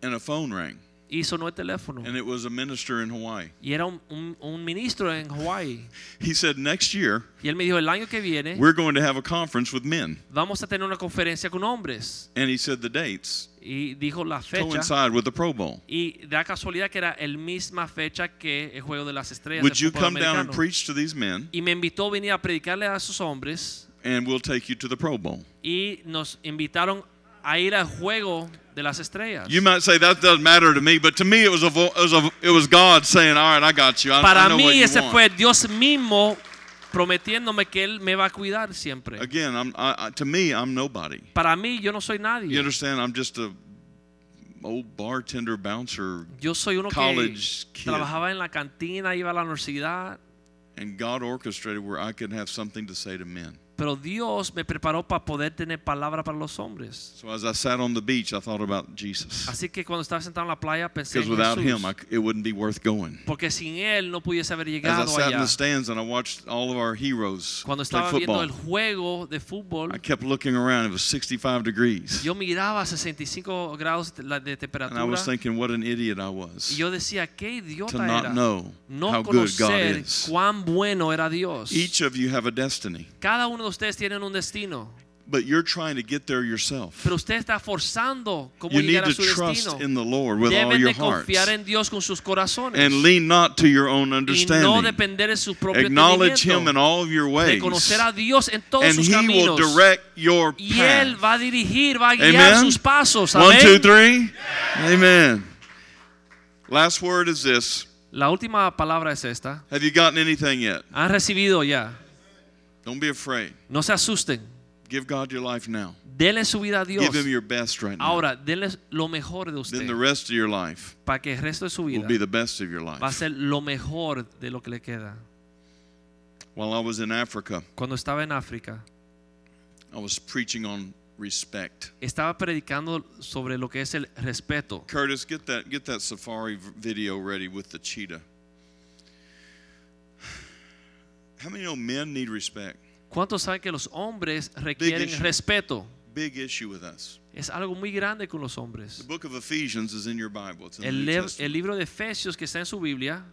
C: And a phone rang.
B: Y sonó el teléfono.
C: And it was a minister in Hawaii.
B: Y era un, un- un ministro en Hawaii.
C: He said, Next year,
B: Y él me dijo, el año que viene
C: we're going to have a conference with men.
B: vamos a tener una conferencia con hombres.
C: And he said, The dates
B: Y dijo la fecha.
C: coincide with the Pro Bowl.
B: Y da casualidad que era el misma fecha que el Juego de las Estrellas.
C: Would
B: del
C: you
B: fútbol
C: come down and
B: americano.
C: preach to these men,
B: y me invitó a venir a predicarle a esos hombres.
C: and we'll take you to the Pro Bowl?
B: Y nos invitaron a ir al Juego de las Estrellas.
C: You might say that doesn't matter to me, but to me it was a, vo- it was, a, it was God saying, "All right, I got you. I, I
B: Para
C: know what
B: mí
C: you
B: ese
C: want."
B: fue Dios mismo prometiéndome que Él me va a cuidar siempre.
C: Again, I'm, I, I- to me, I'm nobody.
B: Para mí yo no soy
C: You
B: nadie.
C: understand? I'm just a old bartender, bouncer,
B: Yo soy uno que
C: college kid,
B: trabajaba en la cantina, iba a la universidad,
C: and God orchestrated where I could have something to say to men.
B: pero Dios me preparó para poder tener palabra para los hombres.
C: So as I sat on the beach, I thought about Jesus,
B: Así que cuando estaba sentado en la playa pensé
C: because
B: en
C: without
B: Jesús,
C: Him, I c it wouldn't be worth going.
B: porque sin él no pudiese
C: As
B: haber
C: I
B: llegado
C: sat in
B: allá.
C: the stands and I watched all of our heroes
B: Cuando
C: play
B: estaba viendo
C: football,
B: el juego de fútbol,
C: I kept looking around. It was 65 degrees.
B: yo miraba a 65 grados de la- de
C: And I was
B: temperatura
C: thinking, what an idiot I was
B: y yo decía, qué
C: to
B: idiota
C: not
B: era.
C: know how
B: no
C: good God
B: conocer
C: is.
B: cuán bueno era Dios.
C: Each of you have a destiny,
B: Cada uno de ustedes tiene un destino,
C: but you're trying to get there yourself.
B: pero usted está forzando cómo
C: You need
B: llegar a
C: to
B: su
C: trust
B: destino.
C: in the Lord with all
B: Deben
C: your
B: de
C: heart
B: confiar en Dios con sus corazones
C: and lean not to your own
B: y no
C: understanding.
B: depender de su propio
C: Acknowledge Him in
B: entendimiento.
C: all of your ways,
B: Reconocer a Dios en todos
C: and
B: sus
C: He will
B: caminos
C: direct your
B: y él va
C: path.
B: a dirigir, va a guiar
C: Amen.
B: sus pasos.
C: One,
B: Amén.
C: two, three. Amen. Last word is this:
B: La última palabra es esta.
C: Have you gotten anything yet?
B: Han recibido ya.
C: Don't be afraid.
B: No se asusten.
C: Give God your life now.
B: Denle su vida a Dios.
C: Give Him your best right now.
B: Ahora, denle lo mejor de usted
C: then the rest of your life
B: para que el resto de su
C: will
B: vida
C: be the best of your
B: va a
C: life.
B: ser lo mejor de lo que le queda.
C: While I was in Africa,
B: Cuando estaba en África,
C: I was preaching on respect.
B: estaba predicando sobre lo que es el respeto.
C: Curtis, get that get that safari v- video ready with the cheetah. How many know men need respect?
B: ¿Cuántos saben que los hombres requieren
C: issue.
B: respeto?
C: Big issue with us.
B: Es algo muy grande con los
C: The
B: hombres.
C: book of Ephesians is in your Bible. It's in the
B: El,
C: New
B: le- el
C: Testament.
B: libro de Efesios que está en su Biblia,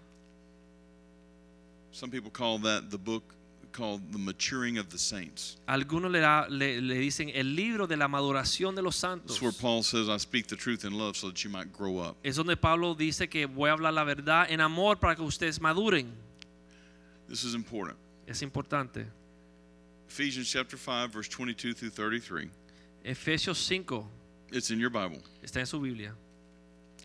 C: Some people call that the book called the maturing of the saints.
B: algunos le, da- le- le dicen el libro de la maduración de los santos.
C: That's where Paul says, "I speak the truth in love, so that you might grow up."
B: Es donde Pablo dice que voy a hablar la verdad en amor para que ustedes maduren.
C: This is important.
B: Es importante.
C: Ephesians chapter five, verse twenty-two through thirty-three.
B: Efesios 5
C: It's in your Bible.
B: está en su Biblia.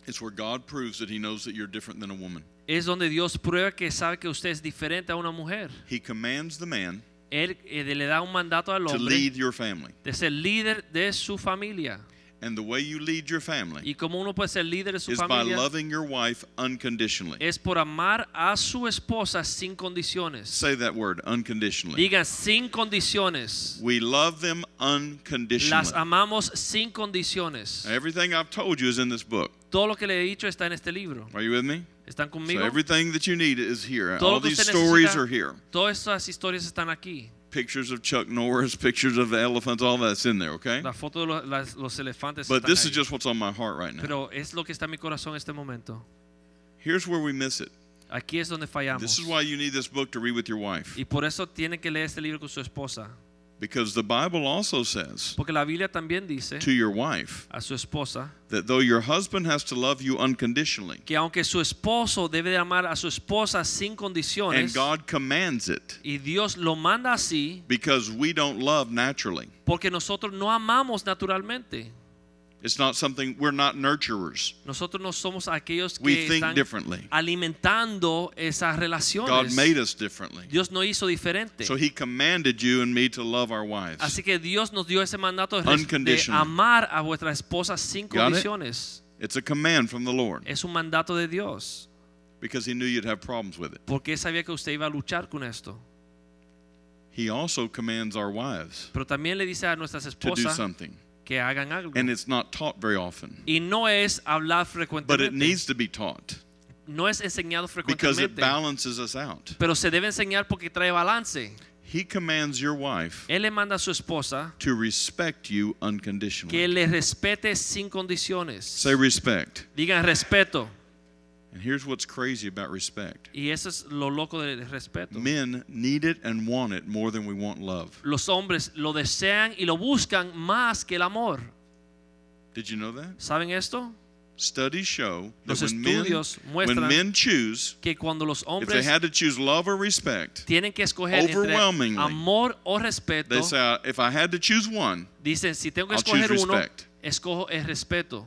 C: It's where God proves that He knows that you're different than a woman.
B: Es donde Dios prueba que sabe que usted es diferente a una mujer.
C: He commands the man
B: Él eh, le da un mandato al
C: to
B: hombre
C: lead your family.
B: de ser líder de su familia.
C: And the way you lead your family
B: Y como uno puede ser líder de su
C: is by
B: familia
C: loving your wife unconditionally.
B: es por amar a su esposa sin condiciones.
C: Say that word, unconditionally.
B: Digan sin condiciones.
C: We love them
B: Las
C: unconditionally.
B: amamos sin condiciones.
C: Everything I've told you is in this book.
B: Todo lo que le he dicho está en este libro.
C: Are you with me?
B: ¿Están
C: So
B: conmigo?
C: everything that you need is here.
B: Todo
C: All
B: lo que
C: these
B: usted
C: stories
B: necesita,
C: are here.
B: Todas estas historias están aquí.
C: Pictures of Chuck Norris, pictures of the elephants, all that's in there, okay?
B: La foto de lo- las- los, elefantes
C: Eh. But
B: están
C: this is
B: ahí.
C: just what's on my heart right now.
B: Pero es lo que está en mi corazón en este momento.
C: Here's where we miss it.
B: Aquí es donde
C: This
B: fallamos.
C: is why you need this book to read with your wife.
B: Y por eso tiene que leer este libro con su esposa.
C: Because the Bible also says
B: Porque la Biblia también dice
C: to your wife
B: a su esposa
C: that though your husband has to love you unconditionally,
B: que aunque su esposo debe de amar a su esposa sin
C: and
B: condiciones
C: God commands it,
B: y Dios lo manda así
C: because we don't love naturally.
B: porque nosotros no amamos naturalmente.
C: It's not something, we're not nurturers.
B: Nosotros no somos aquellos
C: We
B: que
C: think
B: están
C: differently.
B: alimentando esas
C: God made
B: relaciones.
C: us differently.
B: Dios no hizo diferente.
C: So he commanded you and me to love our wives.
B: Así que Dios nos dio ese mandato de, res- de
C: Unconditional.
B: amar a vuestra esposa sin
C: Got it?
B: condiciones.
C: It's a command from the Lord
B: Es un mandato de Dios.
C: because he knew you'd have problems with it.
B: Porque Él sabía que usted iba a luchar con esto.
C: He also commands our wives
B: Pero también le dice a nuestras
C: to do
B: esposas
C: something.
B: que hagan algo.
C: And it's not taught very often,
B: Y no es hablar
C: but it
B: frecuentemente.
C: needs to be taught
B: No es enseñado
C: because it
B: frecuentemente.
C: balances us out.
B: Pero se debe enseñar porque trae balance.
C: He commands your wife
B: Él le manda a su esposa
C: to respect you
B: que
C: unconditionally.
B: le respete sin condiciones.
C: Say respect.
B: Digan respeto.
C: And here's what's crazy about respect
B: Y eso es lo loco del respeto.
C: men need it and want it more than we want love.
B: Los hombres lo desean y lo buscan más que el amor.
C: Did you know that?
B: ¿Saben esto?
C: Studies show that
B: Los
C: when men,
B: estudios
C: when
B: muestran
C: men choose,
B: Que cuando los
C: if they
B: hombres
C: had to choose love or respect,
B: tienen que escoger entre
C: Overwhelmingly,
B: amor o respeto,
C: they say, if I had to choose one,
B: dicen, si tengo que
C: I'll choose
B: escoger uno,
C: respect.
B: escojo el respeto.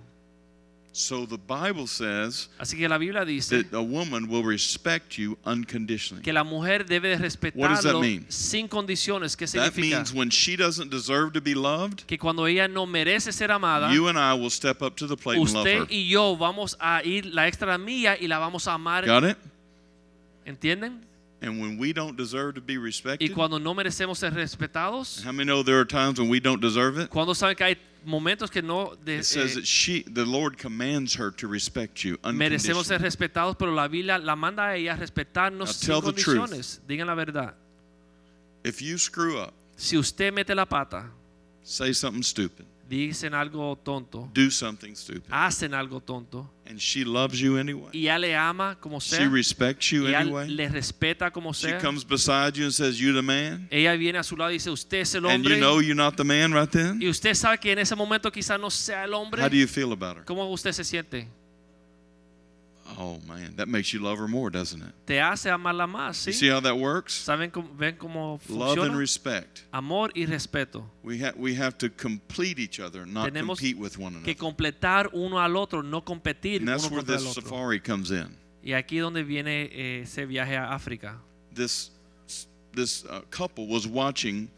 C: so the Bible says
B: Así que la Biblia dice
C: that a woman will respect you
B: que
C: unconditionally.
B: la mujer debe de respetarlo
C: mean?
B: sin condiciones. ¿Qué
C: That
B: significa?
C: means when she doesn't deserve to be loved,
B: Que cuando ella no merece ser amada,
C: you and I will step up to the plate and love her.
B: usted y yo vamos a ir la extra milla y la vamos a amar.
C: Got it?
B: ¿Entienden?
C: And when we don't deserve to be
B: Y
C: respected,
B: cuando no merecemos ser respetados,
C: how many know there are times when we don't deserve it?
B: cuando saben que hay momentos que no de-
C: It says
B: eh,
C: that she, the Lord commands her to respect you
B: merecemos ser
C: unconditionally.
B: respetados, pero la Biblia la manda a ella a respetarnos
C: Now
B: sin
C: tell the truth.
B: condiciones. Digan la verdad.
C: If you screw up,
B: Si usted mete la pata,
C: say something stupid,
B: dicen algo tonto,
C: do something stupid,
B: hacen algo tonto,
C: and she loves you anyway,
B: y ya le ama como
C: she
B: sea,
C: respects
B: y
C: you
B: ya
C: anyway,
B: le respeta como
C: she
B: sea,
C: comes beside you and says, You the man?
B: ella viene a su lado y dice, usted es el
C: And you
B: hombre,
C: know you're not the man right then?
B: y usted sabe que en ese momento quizás no sea el hombre.
C: How do you feel about her?
B: ¿Cómo usted se siente?
C: Oh man, that makes you love her more, doesn't it?
B: Te hace amarla más,
C: You see
B: ¿sí?
C: how that works?
B: ¿Saben cómo, ven cómo
C: Love and
B: funciona?
C: respect.
B: Amor y respeto.
C: We, ha- we have to complete each other, not
B: Tenemos
C: compete with one
B: Que
C: another.
B: completar uno al otro, no competir
C: Mm, And
B: uno
C: that's where
B: contra el
C: this
B: otro.
C: safari comes in.
B: Y aquí donde viene eh, ese viaje a África.
C: This this uh, couple was watching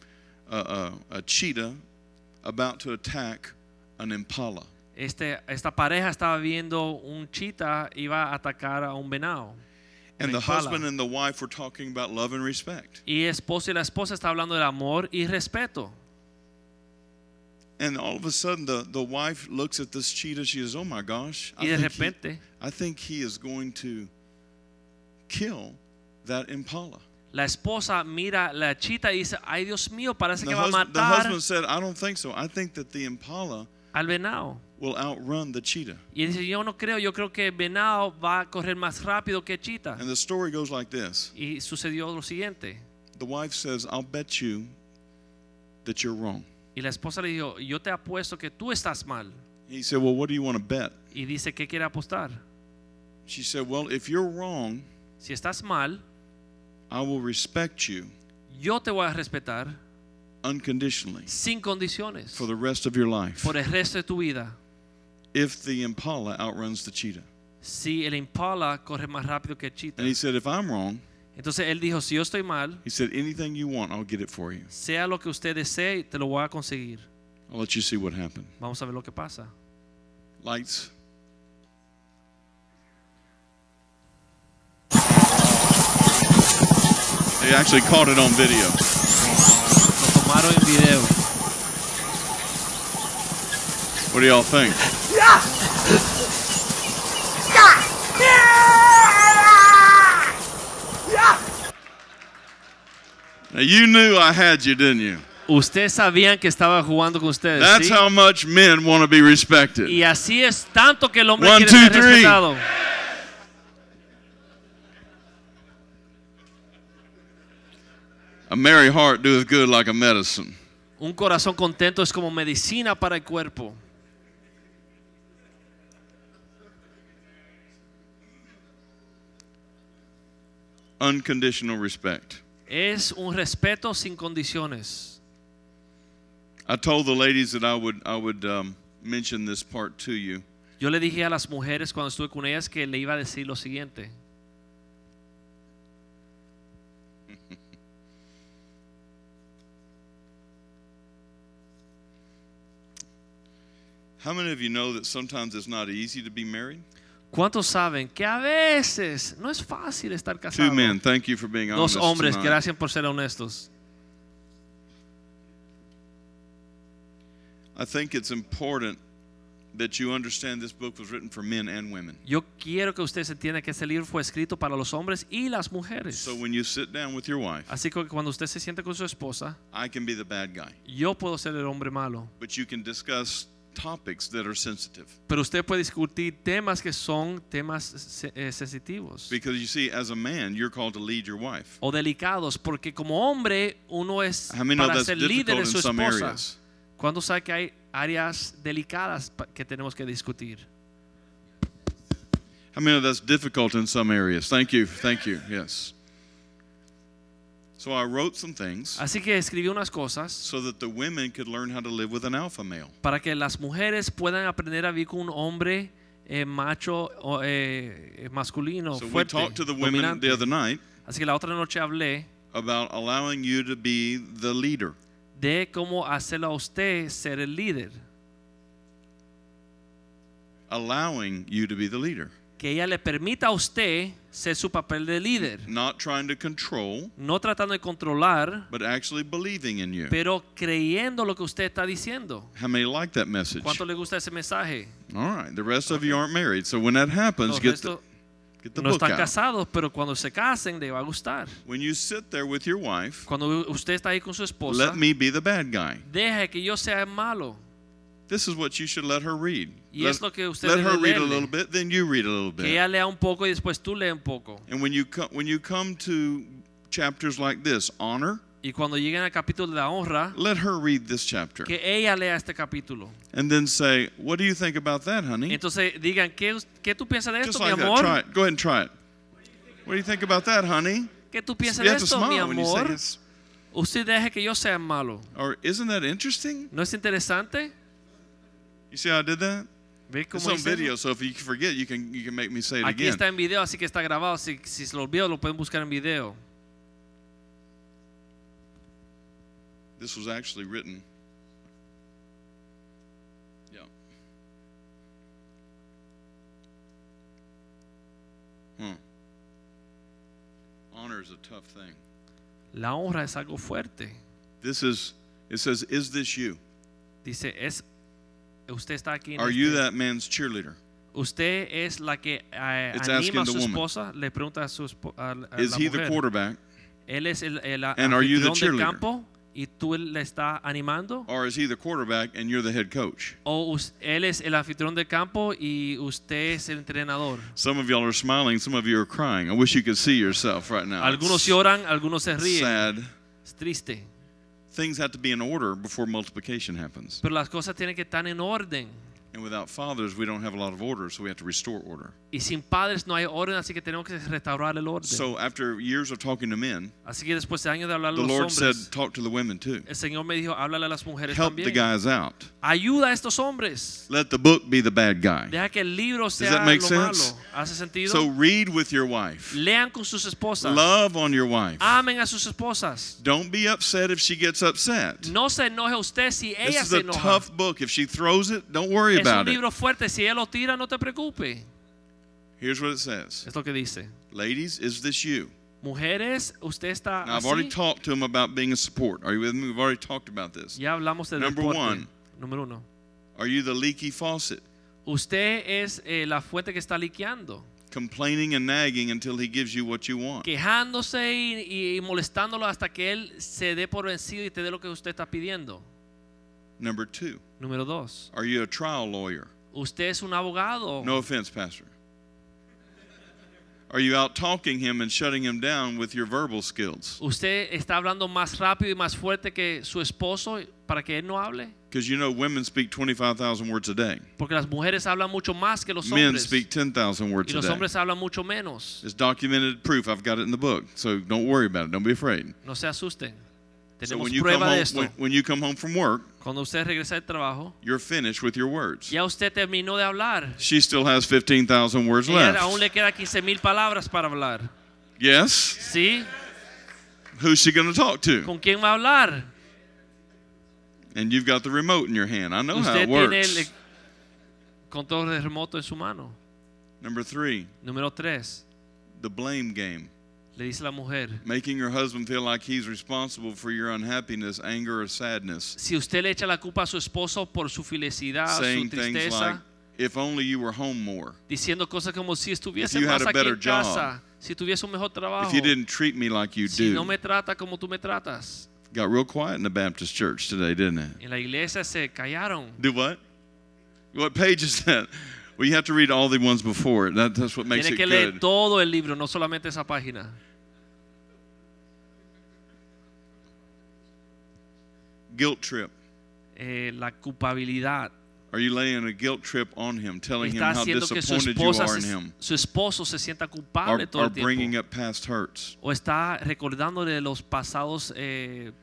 C: uh, uh, a cheetah about to attack an impala,
B: Este, esta pareja estaba viendo un chita iba a atacar a un venado.
C: and
B: una
C: the
B: impala.
C: husband and the wife were talking about love and respect.
B: y esposo y la esposa está hablando del amor y respeto.
C: And all of a sudden, the, the wife looks at this cheetah. She says, "Oh my gosh! I
B: Y de
C: think he-
B: repente
C: I think he is going to kill that impala."
B: la esposa mira la chita y dice, ay Dios mío, parece
C: And
B: que
C: the,
B: va a
C: husband, the
B: matar
C: husband said, "I don't think so. I think that the impala
B: al venado.
C: will outrun the cheetah."
B: Y dice, yo no creo, yo creo que el venado va a correr más rápido que chita.
C: And the story goes like this:
B: Y sucedió lo siguiente.
C: The wife says, "I'll bet you that you're wrong."
B: Y la esposa le dijo, yo te apuesto que tú estás mal.
C: He said, "Well, what do you want to bet?"
B: Y dice, ¿qué quiere apostar?
C: She said, "Well, if you're wrong,
B: Si estás mal,
C: I will respect you
B: yo te voy a respetar
C: unconditionally
B: sin condiciones
C: for the rest of your life
B: por e el resto de tu vida.
C: if the impala outruns the cheetah."
B: Si el impala corre más rápido que el chita.
C: And he said, "If I'm wrong,"
B: Entonces él dijo, si yo estoy mal,
C: he said, "anything you want, I'll get it for you.
B: sea lo que usted desee, te lo voy a conseguir.
C: I'll let you see what happened."
B: Vamos a ver lo que pasa.
C: Lights. They actually caught it on video.
B: Lo tomaron en video.
C: What do y'all think? Now you knew I had you, didn't you?
B: Ustedes sabían que estaba jugando con ustedes.
C: That's
B: ¿sí?
C: how much men want to be respected.
B: Y así es tanto que el hombre
C: One,
B: quiere ser
C: two, three.
B: respetado.
C: A merry heart doeth good like a medicine.
B: Un corazón contento es como medicina para el cuerpo.
C: Unconditional respect.
B: Es un respeto sin condiciones.
C: I told the ladies that I would I would um, mention this part to you.
B: Yo le dije a las mujeres cuando estuve con ellas que le iba a decir lo siguiente.
C: How many of you know that sometimes it's not easy to be married?
B: ¿Cuántos saben que a veces no es fácil estar casado?
C: Two men, thank you for being honest
B: Dos hombres,
C: tonight.
B: gracias por ser honestos.
C: I think it's important that you understand this book was written for men and women.
B: Yo quiero que ustedes entiendan que este libro fue escrito para los hombres y las mujeres.
C: So when you sit down with your wife,
B: Así que cuando usted se siente con su esposa,
C: I can be the bad guy,
B: yo puedo ser el hombre malo,
C: but you can discuss topics that are sensitive.
B: pero usted puede discutir temas que son temas se- eh, sensitivos
C: Because you see, as a man, you're called to lead your wife.
B: o delicados, porque como hombre uno es
C: How many know
B: para
C: that's
B: ser
C: difficult
B: líder de
C: in
B: su
C: some
B: esposa.
C: areas?
B: ¿Cuándo sabe que hay áreas delicadas pa- que tenemos que discutir?
C: How many know that's difficult in some areas? Thank you, thank you, yes. So I wrote some things
B: Así que escribí unas cosas
C: so that the women could learn how to live with an alpha male.
B: para que las mujeres puedan aprender a vivir con un hombre eh, macho o, eh, eh, masculino
C: So we
B: fuerte,
C: talked to the women
B: dominante.
C: the other night
B: Así que la otra noche hablé
C: about allowing you to be the leader.
B: de cómo hacerlo a usted ser el líder,
C: Allowing you to be the leader.
B: que ella le permita a usted ser su papel de líder,
C: Not trying to control,
B: no tratando de controlar,
C: but actually believing in you.
B: pero creyendo lo que usted está diciendo.
C: How many like that message?
B: ¿Cuánto le gusta ese mensaje?
C: All right. The rest of you aren't married. So when that happens,
B: Los
C: get the,
B: restos
C: get the
B: no
C: book
B: están
C: out.
B: casados, pero cuando se casen le va a gustar.
C: When you sit there with your wife,
B: Cuando usted está ahí con su esposa,
C: let me be the bad guy.
B: deje que yo sea el malo.
C: This is what you should let her read.
B: Y
C: let,
B: es lo que usted
C: let
B: debe
C: her read a
B: leerle.
C: little bit, then you read a little
B: Que
C: bit.
B: ella lea un poco y después tú lee un poco.
C: And when you come when you come to chapters like this, honor,
B: Y cuando lleguen al capítulo de la honra,
C: let her read this chapter.
B: que ella lea este capítulo.
C: And then say, "What do you think about that, honey?"
B: Entonces digan, ¿qué, us- qué tú piensas de
C: Just
B: esto, mi
C: like that.
B: amor?
C: Try it. Go ahead and try it. What do you think about that, honey?
B: ¿Qué tú piensas
C: you
B: de
C: have to
B: esto, mi
C: smile when you say
B: amor?
C: yes.
B: Usted deje que yo sea el malo.
C: Or isn't that interesting?
B: ¿No es interesante?
C: You see how I did that?
B: ¿Ve cómo
C: It's on
B: hice eso?
C: video, so if you forget, you can you can make me say it
B: Aquí
C: again.
B: está en video, así que está grabado. Si, si se lo olvidó, lo pueden buscar en video.
C: This was actually written. Yeah. Hmm. Honor is a tough thing.
B: La honra es algo fuerte.
C: This is. It says, "Is this you?
B: Dice, es usted está aquí. en
C: Are
B: este-
C: you that man's cheerleader?
B: Usted es la que eh,
C: It's
B: anima a
C: asking the
B: su
C: woman.
B: esposa, le pregunta a su espo- a la- a
C: Is
B: Ah, la
C: he the
B: mujer.
C: quarterback,
B: Él es el, el
C: And are you the
B: anfitrión
C: cheerleader?
B: del campo y tú le estás animando.
C: or is he the quarterback and you're the head coach?"
B: O us- él es el anfitrión del campo y usted es el entrenador.
C: Some of y'all are smiling. Some of you are crying. I wish you could see yourself right now.
B: Algunos
C: It's
B: lloran, algunos se ríen.
C: sad.
B: Es triste.
C: Things have to be in order before multiplication happens.
B: Pero las cosas tienen que estar en orden.
C: And without fathers, we don't have a lot of order, so we have to restore order.
B: Y sin padres no hay orden, así que tenemos que restaurar el orden.
C: So after years of talking to men,
B: así que después de años de hablar a
C: the
B: los
C: Lord said,
B: hombres,
C: talk to the women too.
B: el Señor me dijo, háblale a las mujeres
C: Help the
B: también.
C: guys out.
B: Ayuda a estos hombres.
C: Let the book be the bad guy.
B: Deja que el libro sea
C: that
B: lo
C: make sense?
B: malo. ¿Hace sentido?
C: So read with your wife.
B: Lean con sus esposas.
C: Love on your wife.
B: Amen a sus esposas.
C: Don't be upset if she gets upset.
B: No se enoje usted si
C: This
B: ella
C: is
B: se
C: a
B: enoja.
C: tough book. If she throws it, don't worry
B: Es un
C: about it.
B: libro fuerte. Si ella lo tira, no te preocupes.
C: Here's what it says.
B: Es lo que dice.
C: Ladies, is this you?
B: Mujeres, usted está
C: Now, I've
B: así.
C: already talked to them about being a support. Are you with me? We've already talked about this.
B: Ya hablamos del
C: Number
B: deporte.
C: one.
B: Número uno.
C: Are you the leaky faucet?
B: Usted es eh, la fuente que está liqueando,
C: complaining and nagging until he gives you what you want.
B: quejándose y, y molestándolo hasta que él se dé por vencido y te dé lo que usted está pidiendo.
C: Number two,
B: Número dos.
C: are you a trial lawyer?
B: Oh. Usted es un abogado.
C: No offense, Pastor. are you out talking him and shutting him down with your verbal skills?
B: ¿Usted está hablando más rápido y más fuerte que su esposo para que él no hable?
C: Because you know women speak 25,000 words a day.
B: Porque las mujeres hablan mucho más que los
C: Men
B: hombres.
C: speak 10,000
B: Y
C: words a
B: los
C: day.
B: hombres hablan mucho menos.
C: It's documented proof. I've got it in the book. So don't worry about it. Don't be afraid.
B: No se asusten.
C: So
B: Tenemos
C: when you come
B: prueba de
C: home,
B: esto.
C: when, when you come home from work,
B: Cuando usted regresa del trabajo,
C: you're finished with your words.
B: ya usted terminó de hablar.
C: She still has 15,000 words
B: Ella
C: left.
B: aún le queda 15 mil palabras para hablar.
C: Yes?
B: ¿Sí?
C: Who's she going to talk to?
B: ¿Con quién va a hablar?
C: And you've got the remote in your hand. I know how
B: Usted
C: it
B: tiene el
C: works.
B: control de remoto en su mano.
C: Number three,
B: Número 3.
C: the blame game.
B: Le dice la mujer.
C: Making your husband feel like he's responsible for your unhappiness, anger, or sadness.
B: Si usted le echa la culpa a su esposo por su felicidad, Ah, su
C: Saying things like,
B: tristeza,
C: if only you were home more.
B: diciendo cosas como si estuviese
C: If you had
B: más
C: a
B: aquí
C: better
B: en casa, si tuviese un mejor trabajo,
C: If you didn't treat me like you
B: Oh. si no
C: do.
B: me trata como tú me tratas.
C: Got real quiet in the Baptist church today, didn't it?
B: En la iglesia se callaron.
C: Do what? What page is that? Well, you have to read all the ones before it. That, that's what makes
B: Tiene
C: it
B: que leer
C: good.
B: todo el libro, no solamente esa página.
C: Guilt trip.
B: Eh, la culpabilidad.
C: Are you laying a guilt trip on him, telling him
B: Está
C: how
B: haciendo que su,
C: disappointed you
B: esposa
C: are in
B: se-
C: him,
B: su esposo se sienta
C: or,
B: culpable todo
C: or
B: el
C: bringing
B: tiempo.
C: up past hurts?
B: O está recordándole de los pasados eh,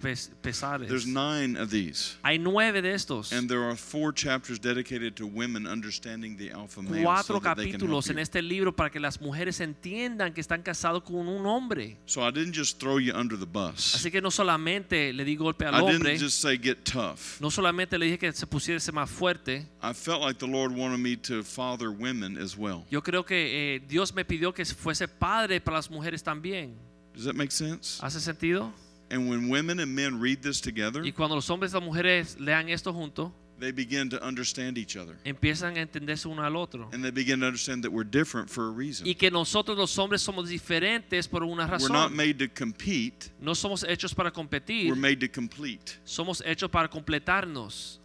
B: pes- pesares.
C: There's nine of these,
B: Hay nueve de estos.
C: and there are four chapters dedicated to women understanding the alpha male. So,
B: cuatro
C: that they can help
B: capítulos en
C: you.
B: este libro para que las mujeres entiendan que están casados con un hombre.
C: so I didn't just throw you under the bus.
B: Así que no solamente le di golpe al
C: I
B: hombre,
C: didn't just say get tough.
B: no solamente le dije que se pusiese más fuerte,
C: I felt like the Lord wanted me to father women as well.
B: yo creo que eh, Dios me pidió que fuese padre para las mujeres también.
C: Does that make sense?
B: ¿Hace sentido?
C: And when women and men read this together,
B: Y cuando los hombres y las mujeres lean esto juntos,
C: they begin to understand each other.
B: empiezan a entenderse uno al otro.
C: And they begin to understand that we're different for a reason.
B: Y que nosotros los hombres somos diferentes por una
C: We're not
B: razón.
C: made to compete,
B: No somos hechos para competir,
C: we're made to complete.
B: somos hechos para completarnos.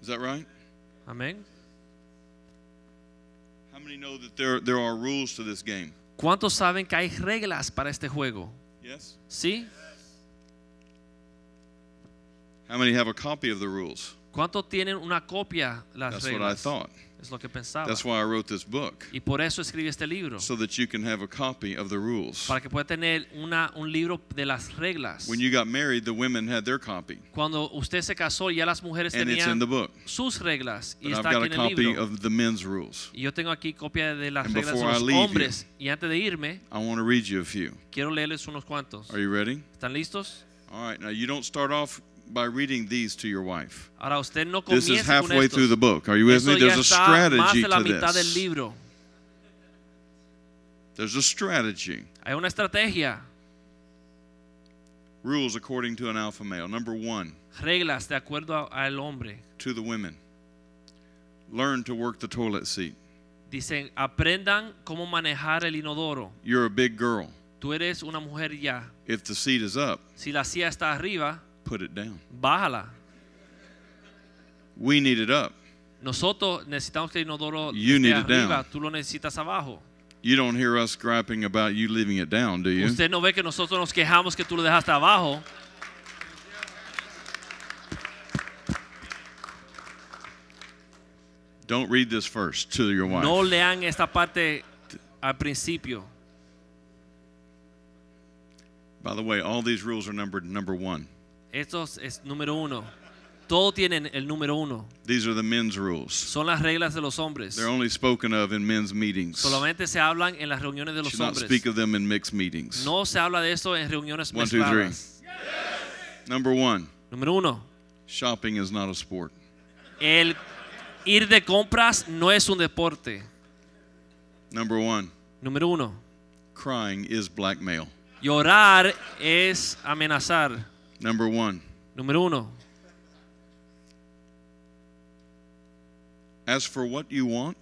C: Is that right?
B: Amén.
C: How many know that there, there are rules to this game?
B: ¿Cuántos saben que hay reglas para este juego?
C: Yes.
B: ¿Sí?
C: How many have a copy of the rules?
B: ¿Cuántos tienen una copia las
C: That's what I
B: reglas?
C: thought.
B: Es lo que pensaba.
C: That's why I wrote this book,
B: Y por eso escribí este libro,
C: so that you can have a copy of the rules.
B: para que pueda tener una, un libro de las reglas.
C: When you got married, the women had their copy,
B: Cuando usted se casó, ya las mujeres
C: and it's in
B: tenían
C: the book.
B: sus reglas y
C: But I've
B: está
C: got
B: aquí
C: a
B: en el
C: copy
B: libro.
C: of the men's rules.
B: Y yo tengo aquí copia de las
C: And
B: reglas de
C: before I
B: los
C: leave you-
B: hombres. Y antes de irme,
C: I want to read you a few.
B: quiero leerles unos cuantos.
C: Are you ready?
B: ¿Están listos?
C: All right, now you don't start off by reading these to your wife.
B: Ahora usted no
C: This
B: comience
C: is
B: con
C: halfway
B: esto.
C: through the book. Are you with
B: Eso
C: me?
B: ya
C: There's a
B: está más
C: strategy
B: de la
C: to
B: mitad del
C: this.
B: libro.
C: There's a strategy.
B: Hay una estrategia.
C: Rules according to an alpha male. Number one,
B: reglas de acuerdo a- al hombre.
C: to the women. Learn to work the toilet seat.
B: Dicen, aprendan cómo manejar el inodoro.
C: You're a big girl.
B: Tú eres una mujer ya.
C: If the seat is up,
B: Si la silla está arriba,
C: put it down.
B: bájala.
C: We need it up.
B: Nosotros necesitamos que el inodoro
C: You
B: esté
C: need it
B: arriba,
C: down.
B: tú lo necesitas abajo.
C: You don't hear us griping about you leaving it down, do you?
B: Usted no ve que nosotros nos quejamos que tú lo dejaste abajo.
C: Don't read this first to your wife.
B: No lean esta parte al principio.
C: By the way, all these rules are numbered number one.
B: Esto es, es número uno. Todos tienen el número uno.
C: These are the men's rules.
B: Son las reglas de los hombres.
C: They're only spoken of in men's meetings.
B: Solamente se hablan en las reuniones de los
C: Should not
B: hombres.
C: speak of them in mixed meetings.
B: No se habla de eso en reuniones
C: One, two, three.
B: mezcladas.
C: Number one,
B: Número uno,
C: shopping is not a sport.
B: el ir de compras no es un deporte.
C: Number one,
B: Número uno,
C: crying is blackmail.
B: llorar es amenazar.
C: Number one,
B: Número uno,
C: as for what you want,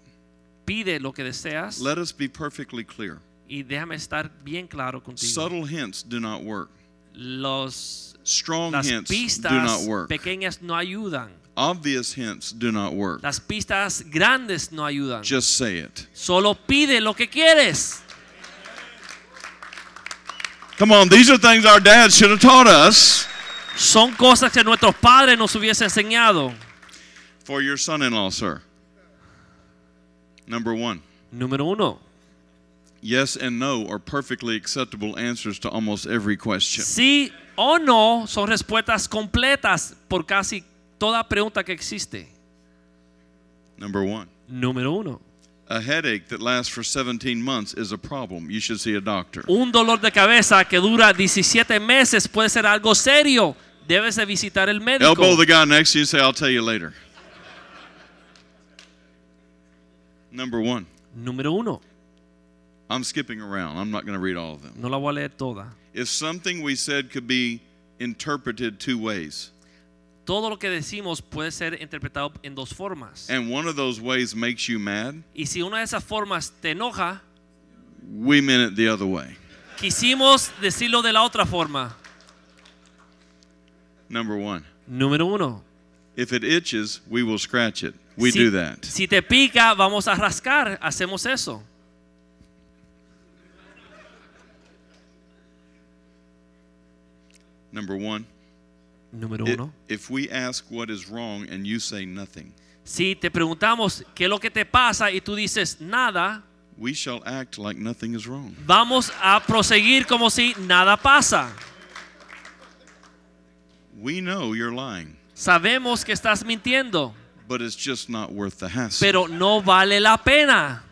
B: pide lo que deseas
C: let us be perfectly clear.
B: y déjame estar bien claro contigo.
C: Subtle hints do not work.
B: Los,
C: Strong
B: las
C: hints do not
B: pistas
C: work.
B: pequeñas no ayudan.
C: Obvious hints do not work.
B: Las pistas grandes no ayudan.
C: Just say it.
B: Solo pide lo que quieres.
C: Come on, these are things our dad should have taught us.
B: Son cosas que nuestros padres nos hubiesen enseñado.
C: For your son in law, sir. Number one,
B: Número uno.
C: yes and no are perfectly acceptable answers to almost every question.
B: Sí o no son respuestas completas por casi toda pregunta que existe.
C: Number one,
B: Número uno.
C: a headache that lasts for 17 months is a problem. You should see a doctor.
B: Un dolor de cabeza que dura 17 meses puede ser algo serio. Debes de visitar el médico.
C: Elbow the guy next to you and say, I'll tell you later. Number one,
B: Número uno.
C: I'm skipping around. I'm not going to read all of them.
B: No la voy a leer toda.
C: If something we said could be interpreted two ways,
B: Todo lo que decimos puede ser interpretado en dos formas.
C: and one of those ways makes you mad,
B: Y si una de esas formas te enoja,
C: we meant it the other way.
B: quisimos decirlo de la otra forma.
C: Number one,
B: Número uno.
C: if it itches, we will scratch it. We
B: si,
C: do that.
B: Si te pica, vamos a rascar. Hacemos eso.
C: Number one,
B: Número
C: i-
B: uno.
C: if we ask what is wrong and you say nothing,
B: Si te preguntamos qué es lo que te pasa y tú dices nada,
C: we shall act like nothing is wrong.
B: vamos a proseguir como si nada pasa.
C: We know you're lying,
B: Sabemos que estás mintiendo,
C: but it's just not worth the hassle.
B: pero no vale la pena.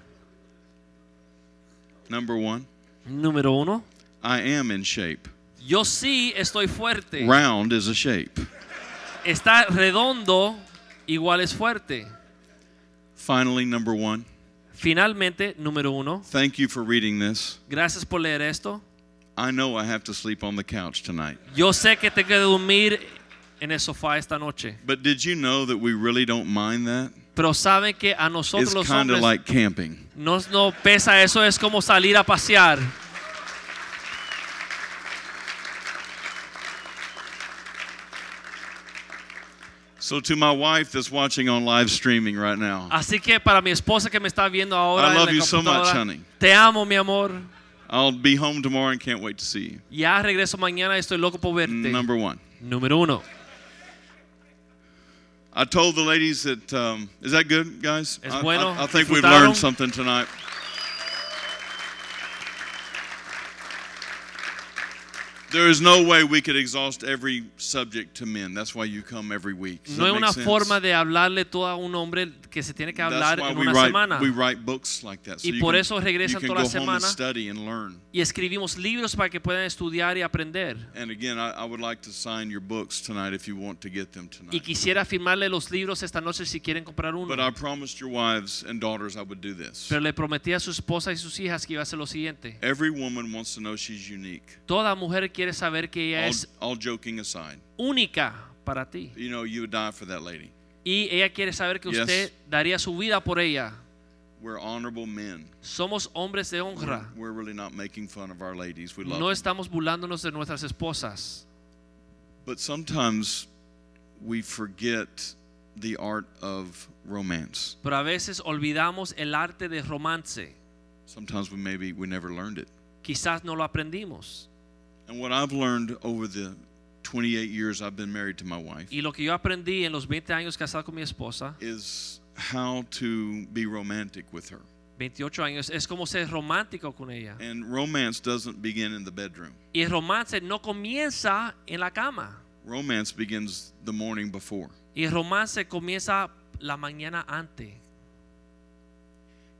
C: Number one,
B: Número uno.
C: I am in shape.
B: Yo sí estoy fuerte.
C: Round is a shape.
B: Está redondo, igual es fuerte.
C: Finally, number one,
B: Finalmente, número uno.
C: thank you for reading this.
B: Gracias por leer esto.
C: I know I have to sleep on the couch tonight,
B: Yo sé que te que dormir en el sofá esta noche,
C: but did you know that we really don't mind that?
B: pero saben que a nosotros
C: It's
B: los
C: kind of
B: hombres
C: like camping.
B: nos no pesa eso es como salir a pasear.
C: So, to my wife that's watching on live streaming right now,
B: Así que para mi esposa que me está viendo ahora
C: I
B: en la
C: love you so
B: computadora,
C: much, honey.
B: te amo mi amor.
C: I'll be home tomorrow and can't wait to see you.
B: Ya regreso mañana, estoy loco por verte.
C: Number one.
B: Número uno.
C: I told the ladies that, um, is that good, guys?
B: Es
C: I- I-
B: bueno.
C: I, think we've
B: Disfrutaron.
C: learned something tonight. There is no way we could exhaust every subject to men. That's why you come every week. Does
B: No
C: that
B: hay
C: make
B: una
C: sense?
B: forma de hablarle todo a un hombre que se tiene que hablar
C: That's why
B: en
C: we
B: una
C: write,
B: semana.
C: we write books like that. So
B: Y
C: you
B: por
C: can,
B: eso
C: you
B: regresan
C: can
B: toda
C: go
B: la
C: home and
B: semana.
C: study and learn.
B: Y escribimos libros para que puedan estudiar y aprender.
C: And again, I, I would like to sign your books tonight if you want to get them tonight.
B: Y quisiera firmarle los libros esta noche si quieren comprar uno.
C: But I promised your wives and daughters I would do this.
B: Pero le prometí a su esposa y sus hijas que iba a hacer lo siguiente.
C: Every woman wants to know she's unique.
B: Toda mujer quiere saber que ella
C: All,
B: es
C: all joking aside,
B: única para ti.
C: you know, you would die for that lady.
B: Y ella quiere saber que
C: Yes.
B: usted daría su vida por ella.
C: We're honorable men.
B: Somos hombres de
C: We're,
B: honra.
C: we're really not making fun of our ladies. We love
B: No
C: them.
B: estamos burlándonos de nuestras esposas.
C: But sometimes we forget the art of romance.
B: Pero a veces olvidamos el arte de romance.
C: Sometimes we maybe we never learned it.
B: Quizás no lo aprendimos.
C: And what I've learned over the 28 years I've been married to my wife
B: Y lo que yo aprendí en los 20 años casado con mi esposa,
C: is how to be romantic with her.
B: 28 años, es como ser romántico con ella.
C: And romance doesn't begin in the bedroom.
B: Y el romance no comienza en la cama.
C: Romance begins the morning before.
B: Y el romance comienza la mañana antes.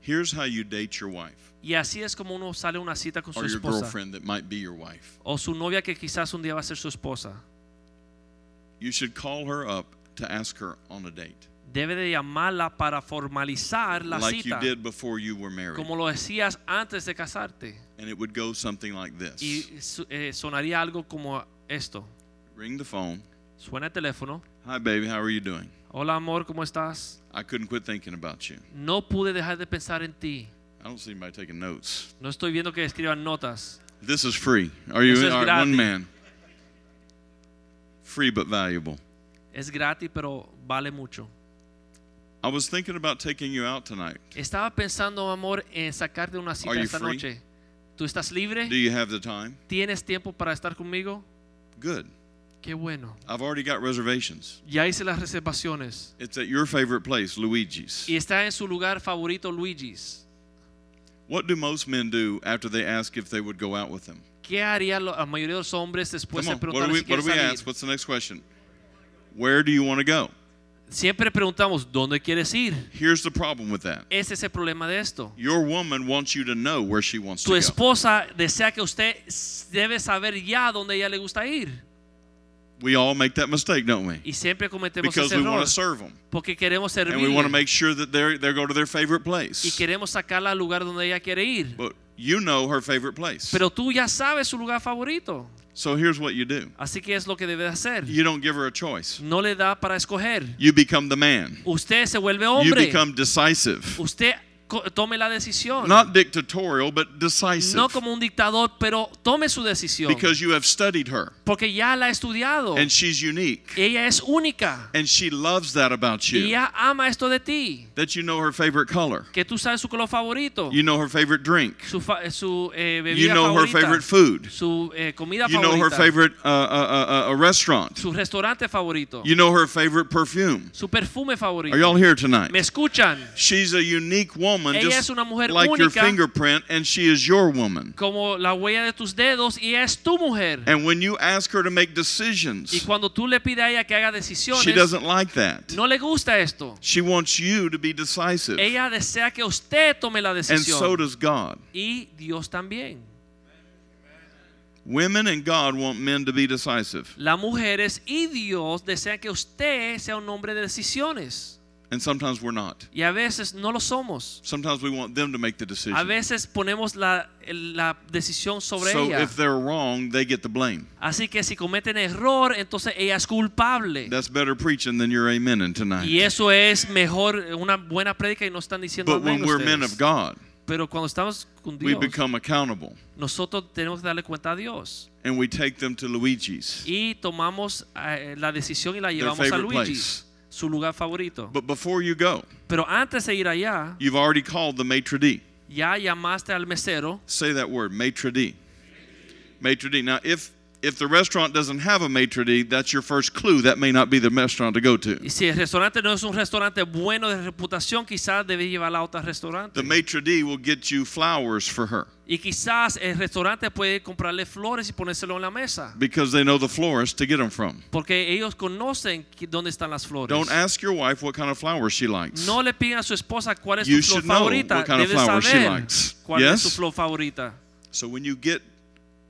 C: Here's how you date your wife
B: Y así es como uno sale a una cita con su
C: or your
B: esposa.
C: girlfriend that might be your wife.
B: O su novia que quizás un día va a ser su esposa.
C: You should call her up to ask her on a date,
B: Debe de llamarla para formalizar la
C: like
B: cita.
C: you did before you were married.
B: Como lo decías antes de casarte.
C: And it would go something like this
B: Y su- eh, sonaría algo como esto.
C: Ring the phone.
B: Suena el teléfono.
C: Hi, baby, how are you doing?
B: Hola amor, ¿cómo estás?
C: I couldn't quit thinking about you.
B: No pude dejar de pensar en ti.
C: I don't see anybody taking notes.
B: No estoy viendo que escriban notas.
C: This is free. Are you
B: Eso
C: in?
B: es
C: All right, one
B: gratis.
C: man. free but valuable.
B: Es gratis, pero vale mucho.
C: I was thinking about taking you out tonight.
B: Estaba pensando, amor, en sacarte una cita
C: Are you
B: esta
C: free?
B: noche. ¿Tú estás
C: Do
B: libre?
C: you have the time?
B: ¿Tienes tiempo para estar conmigo?
C: Good.
B: Qué bueno.
C: I've already got reservations.
B: Ya hice las reservaciones.
C: It's at your favorite place, Luigi's.
B: Y está en su lugar favorito, Luigi's.
C: What do most men do after they ask if they would go out with them?
B: ¿Qué haría lo- la mayoría de los hombres
C: Come
B: después de
C: on. What do
B: preguntar
C: we, what
B: si
C: do
B: quieren
C: we
B: salir?
C: ask? What's the next question? Where do you want to go?
B: Siempre preguntamos, ¿dónde quieres ir?
C: Here's the problem with that.
B: Ese es el problema de esto.
C: Your woman wants you to know where she wants
B: Tu
C: to go.
B: esposa desea que usted s- debe saber ya dónde ella le gusta ir.
C: We all make that mistake, don't we?
B: Y siempre cometemos
C: Because
B: ese
C: we want
B: error.
C: to serve them.
B: Porque queremos
C: And we want to
B: servir
C: make sure that they they go to their favorite
B: y
C: place.
B: queremos sacarla al lugar donde ella quiere ir.
C: But you know her favorite place.
B: Pero tú ya sabes su lugar favorito.
C: So here's what you do
B: Así que es lo que debe hacer.
C: you don't give her a choice,
B: No le da para escoger.
C: you become the man,
B: Usted se vuelve
C: you
B: hombre.
C: become decisive.
B: Usted co- tome la decisión.
C: Not dictatorial, but
B: No
C: decisive.
B: como un dictador, pero tome su decisión.
C: Because you have studied her
B: Porque ya la ha estudiado.
C: and she's unique
B: Ella es única.
C: and she loves that about
B: Y
C: you
B: ella ama esto de ti.
C: that you know her favorite color,
B: Que tú sabes su color favorito.
C: you know her favorite drink,
B: su fa- su eh,
C: you
B: bebida
C: know her
B: favorita.
C: favorite food,
B: su eh, comida
C: you know
B: favorita.
C: her favorite uh, uh, uh, uh, restaurant,
B: su restaurante favorito.
C: you know her favorite perfume.
B: su perfume favorito.
C: Are y'all here tonight?
B: ¿Me escuchan?
C: She's a unique woman,
B: Ella
C: just
B: es una mujer
C: like your
B: única.
C: fingerprint, and she is your woman.
B: Como la huella de tus dedos y ella es tu mujer.
C: And when you ask her to make
B: Y
C: decisions,
B: cuando tú le pides a ella que haga decisiones,
C: she doesn't like that.
B: no le gusta esto.
C: She wants you to be decisive,
B: Ella desea que usted tome la
C: and so
B: decisión.
C: does God.
B: y Dios también.
C: Women and God want men to be decisive,
B: Las mujeres y Dios desean que usted sea un hombre de decisiones.
C: and sometimes we're not.
B: Y a veces no lo somos.
C: Sometimes we want them to make the decision.
B: A veces ponemos la, la decisión sobre
C: so
B: ella.
C: if they're wrong, they get the blame.
B: Así que si cometen error, entonces ella es culpable.
C: That's better preaching than your amening tonight.
B: Y eso es mejor, una buena prédica y no están diciendo
C: but
B: amén
C: when we're men
B: ustedes.
C: of God,
B: Pero cuando estamos con
C: we
B: Dios,
C: become accountable,
B: nosotros tenemos que darle cuenta a Dios.
C: and we take them to Luigi's.
B: Y tomamos eh, la decisión y la llevamos a
C: favorite
B: Luigi's, su lugar favorito.
C: But before you go,
B: Pero antes de ir allá,
C: You've already called the maitre d'.
B: ya llamaste al mesero.
C: Say that word, maitre d'. Maitre d'. Now, if if the restaurant doesn't have a maitre d', that's your first clue. That may not be the restaurant to go
B: Y
C: to.
B: si el restaurante no es un restaurante bueno de reputación, quizás debes llevarla a otro restaurante.
C: The maitre d' will get you flowers for her
B: Y quizás el restaurante puede comprarle flores y ponérselo en la mesa.
C: because they know the florist to get them from.
B: Porque ellos conocen qui- dónde están las flores.
C: Don't ask your wife what kind of flowers she likes.
B: No le piden a su esposa cuál es
C: You
B: su flor
C: should know
B: favorita.
C: what kind of
B: Debe
C: flower she
B: saber
C: likes.
B: cuál es su
C: Yes?
B: flor favorita.
C: So when you get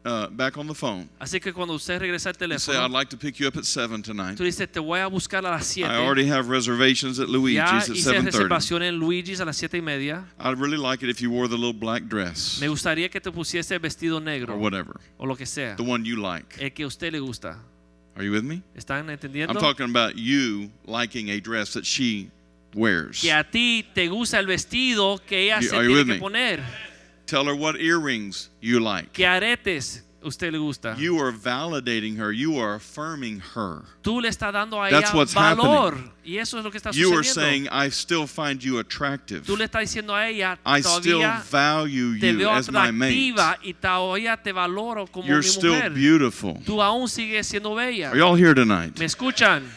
C: uh, back on the phone,
B: Así que cuando usted regresa al
C: you say, "I'd
B: teléfono,
C: like to pick you up at seven tonight.
B: tú dices, te voy a buscar a las
C: I
B: 7.
C: already have reservaciones at Luigi's
B: Ya
C: at
B: hice
C: 7:30.
B: reservación en Luigi's a las 7 y media.
C: I'd really like it if you wore the little black dress
B: Me gustaría que te pusiese el vestido
C: or
B: negro
C: whatever."
B: o lo que sea.
C: the one you like.
B: El que a usted le gusta.
C: Are you with me?
B: ¿Están entendiendo?
C: I'm talking about you liking a dress that she wears.
B: que a ti te gusta el vestido que ella
C: You-
B: se
C: are you
B: tiene
C: with
B: que
C: me?
B: poner.
C: Tell her what earrings you like.
B: Que aretes a usted le gusta.
C: You are validating her. You are affirming her.
B: Tú le estás dando a ella
C: That's what's
B: valor. Y eso es lo que está
C: You
B: sucediendo.
C: are saying, I still find you attractive.
B: Tú le estás diciendo a ella,
C: I still
B: todavía
C: value
B: te
C: you
B: veo
C: as my mate.
B: atractiva y todavía te valoro como
C: You're
B: mi
C: still
B: mujer.
C: beautiful.
B: Tú aún sigues siendo bella.
C: Are y'all here tonight?
B: ¿Me escuchan?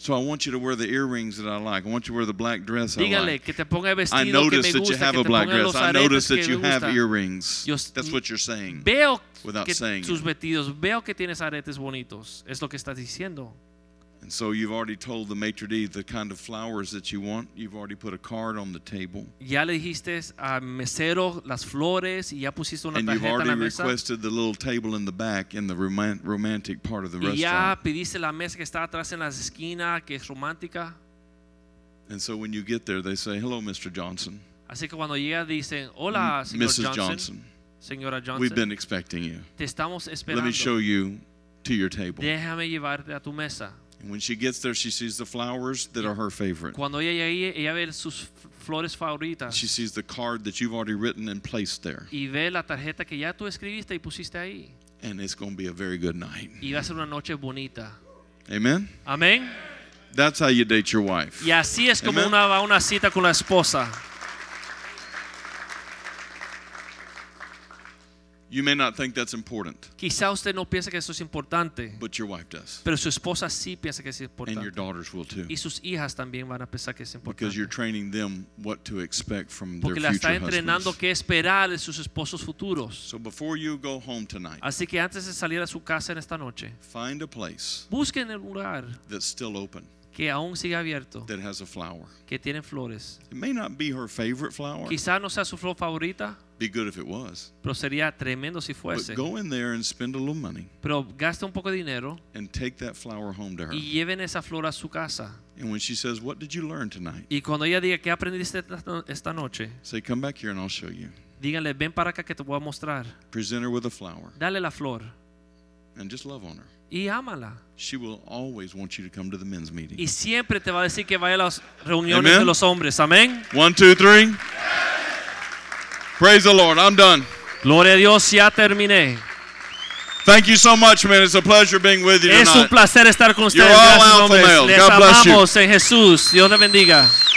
C: So I want you to wear the earrings that I like. I want you to wear the black dress I
B: Dígale
C: like.
B: que te ponga el
C: I
B: vestido que
C: notice
B: me
C: that you
B: gusta,
C: have
B: que
C: a
B: te
C: black
B: ponga
C: dress.
B: los
C: I
B: aretes
C: notice
B: que
C: that
B: me
C: you have
B: gustan.
C: earrings.
B: Yo-
C: That's what you're saying.
B: Veo
C: Without
B: que
C: saying
B: tus
C: it.
B: vestidos, veo que tienes aretes bonitos. Es lo que estás diciendo.
C: And so you've already told the maitre d' the kind of flowers that you want. You've already put a card on the table.
B: Ya le dijiste al mesero las flores y ya pusiste una
C: And you've
B: tarjeta en
C: already
B: la mesa.
C: requested the little table in the back in the roman- romantic part of the
B: Y ya
C: restaurant.
B: pediste la mesa que está atrás en las esquinas, que es romántica.
C: And so when you get there, they say, Hello, Mr. Johnson.
B: Así que cuando llega dicen, hola, señor
C: Mrs.
B: Johnson,
C: Johnson,
B: Señora
C: we've
B: Johnson,
C: been expecting you.
B: te estamos
C: Let me show
B: esperando.
C: you to your table.
B: Déjame llevarte a tu mesa.
C: And when she gets there, she sees the flowers that are her favorite.
B: Cuando ella llegue, ella ve sus f- flores favoritas
C: She sees the card that you've already written and placed there.
B: y ve la tarjeta que ya tú escribiste y pusiste ahí.
C: and it's going to be a very good night.
B: y va a ser una noche bonita.
C: Amen?
B: Amén.
C: That's how you date your wife.
B: Y así es como
C: Amen.
B: uno va a una cita con la esposa.
C: You may not think that's important,
B: Quizá usted no piensa que eso es importante,
C: but your wife does.
B: pero su esposa sí piensa que es
C: And your
B: importante.
C: daughters will too.
B: Y sus hijas también van a pensar que es
C: Because you're
B: importante.
C: training them what to expect from their
B: Porque la está
C: future
B: entrenando
C: husbands.
B: qué esperar de sus esposos futuros.
C: So before you go home tonight,
B: Así que antes de salir a su casa en esta noche,
C: find a place
B: busquen el lugar
C: that's still open,
B: que aún sigue abierto,
C: that has a flower.
B: que tiene flores.
C: It may not be her favorite flower.
B: Quizá no sea su flor favorita,
C: Be good if it was.
B: pero sería tremendo si
C: But
B: fuese.
C: go in there and spend a little money
B: Pero gasta un poco de dinero
C: and take that flower home to her.
B: y lleven esa flor a su casa.
C: And when she says, What did you learn tonight?
B: Y cuando ella diga, ¿qué aprendiste esta- esta noche?
C: Say, Come back here and I'll show you.
B: Díganle, ven para acá que te voy a mostrar.
C: Present her with a flower
B: Dale la flor
C: and just love on her.
B: y ámala.
C: She will always want you to come to the men's meeting.
B: Y siempre te va a decir que vaya a las reuniones de
C: Amen.
B: los hombres. Amén.
C: One, two, three. Praise the Lord. I'm done.
B: Gloria a Dios, ya terminé.
C: Thank you so much, man. It's a pleasure being with you
B: Es un
C: tonight.
B: placer estar con ustedes.
C: You're all
B: Gracias,
C: alpha
B: hombres.
C: males.
B: Les
C: God bless you.
B: amamos en Jesús. Dios les bendiga.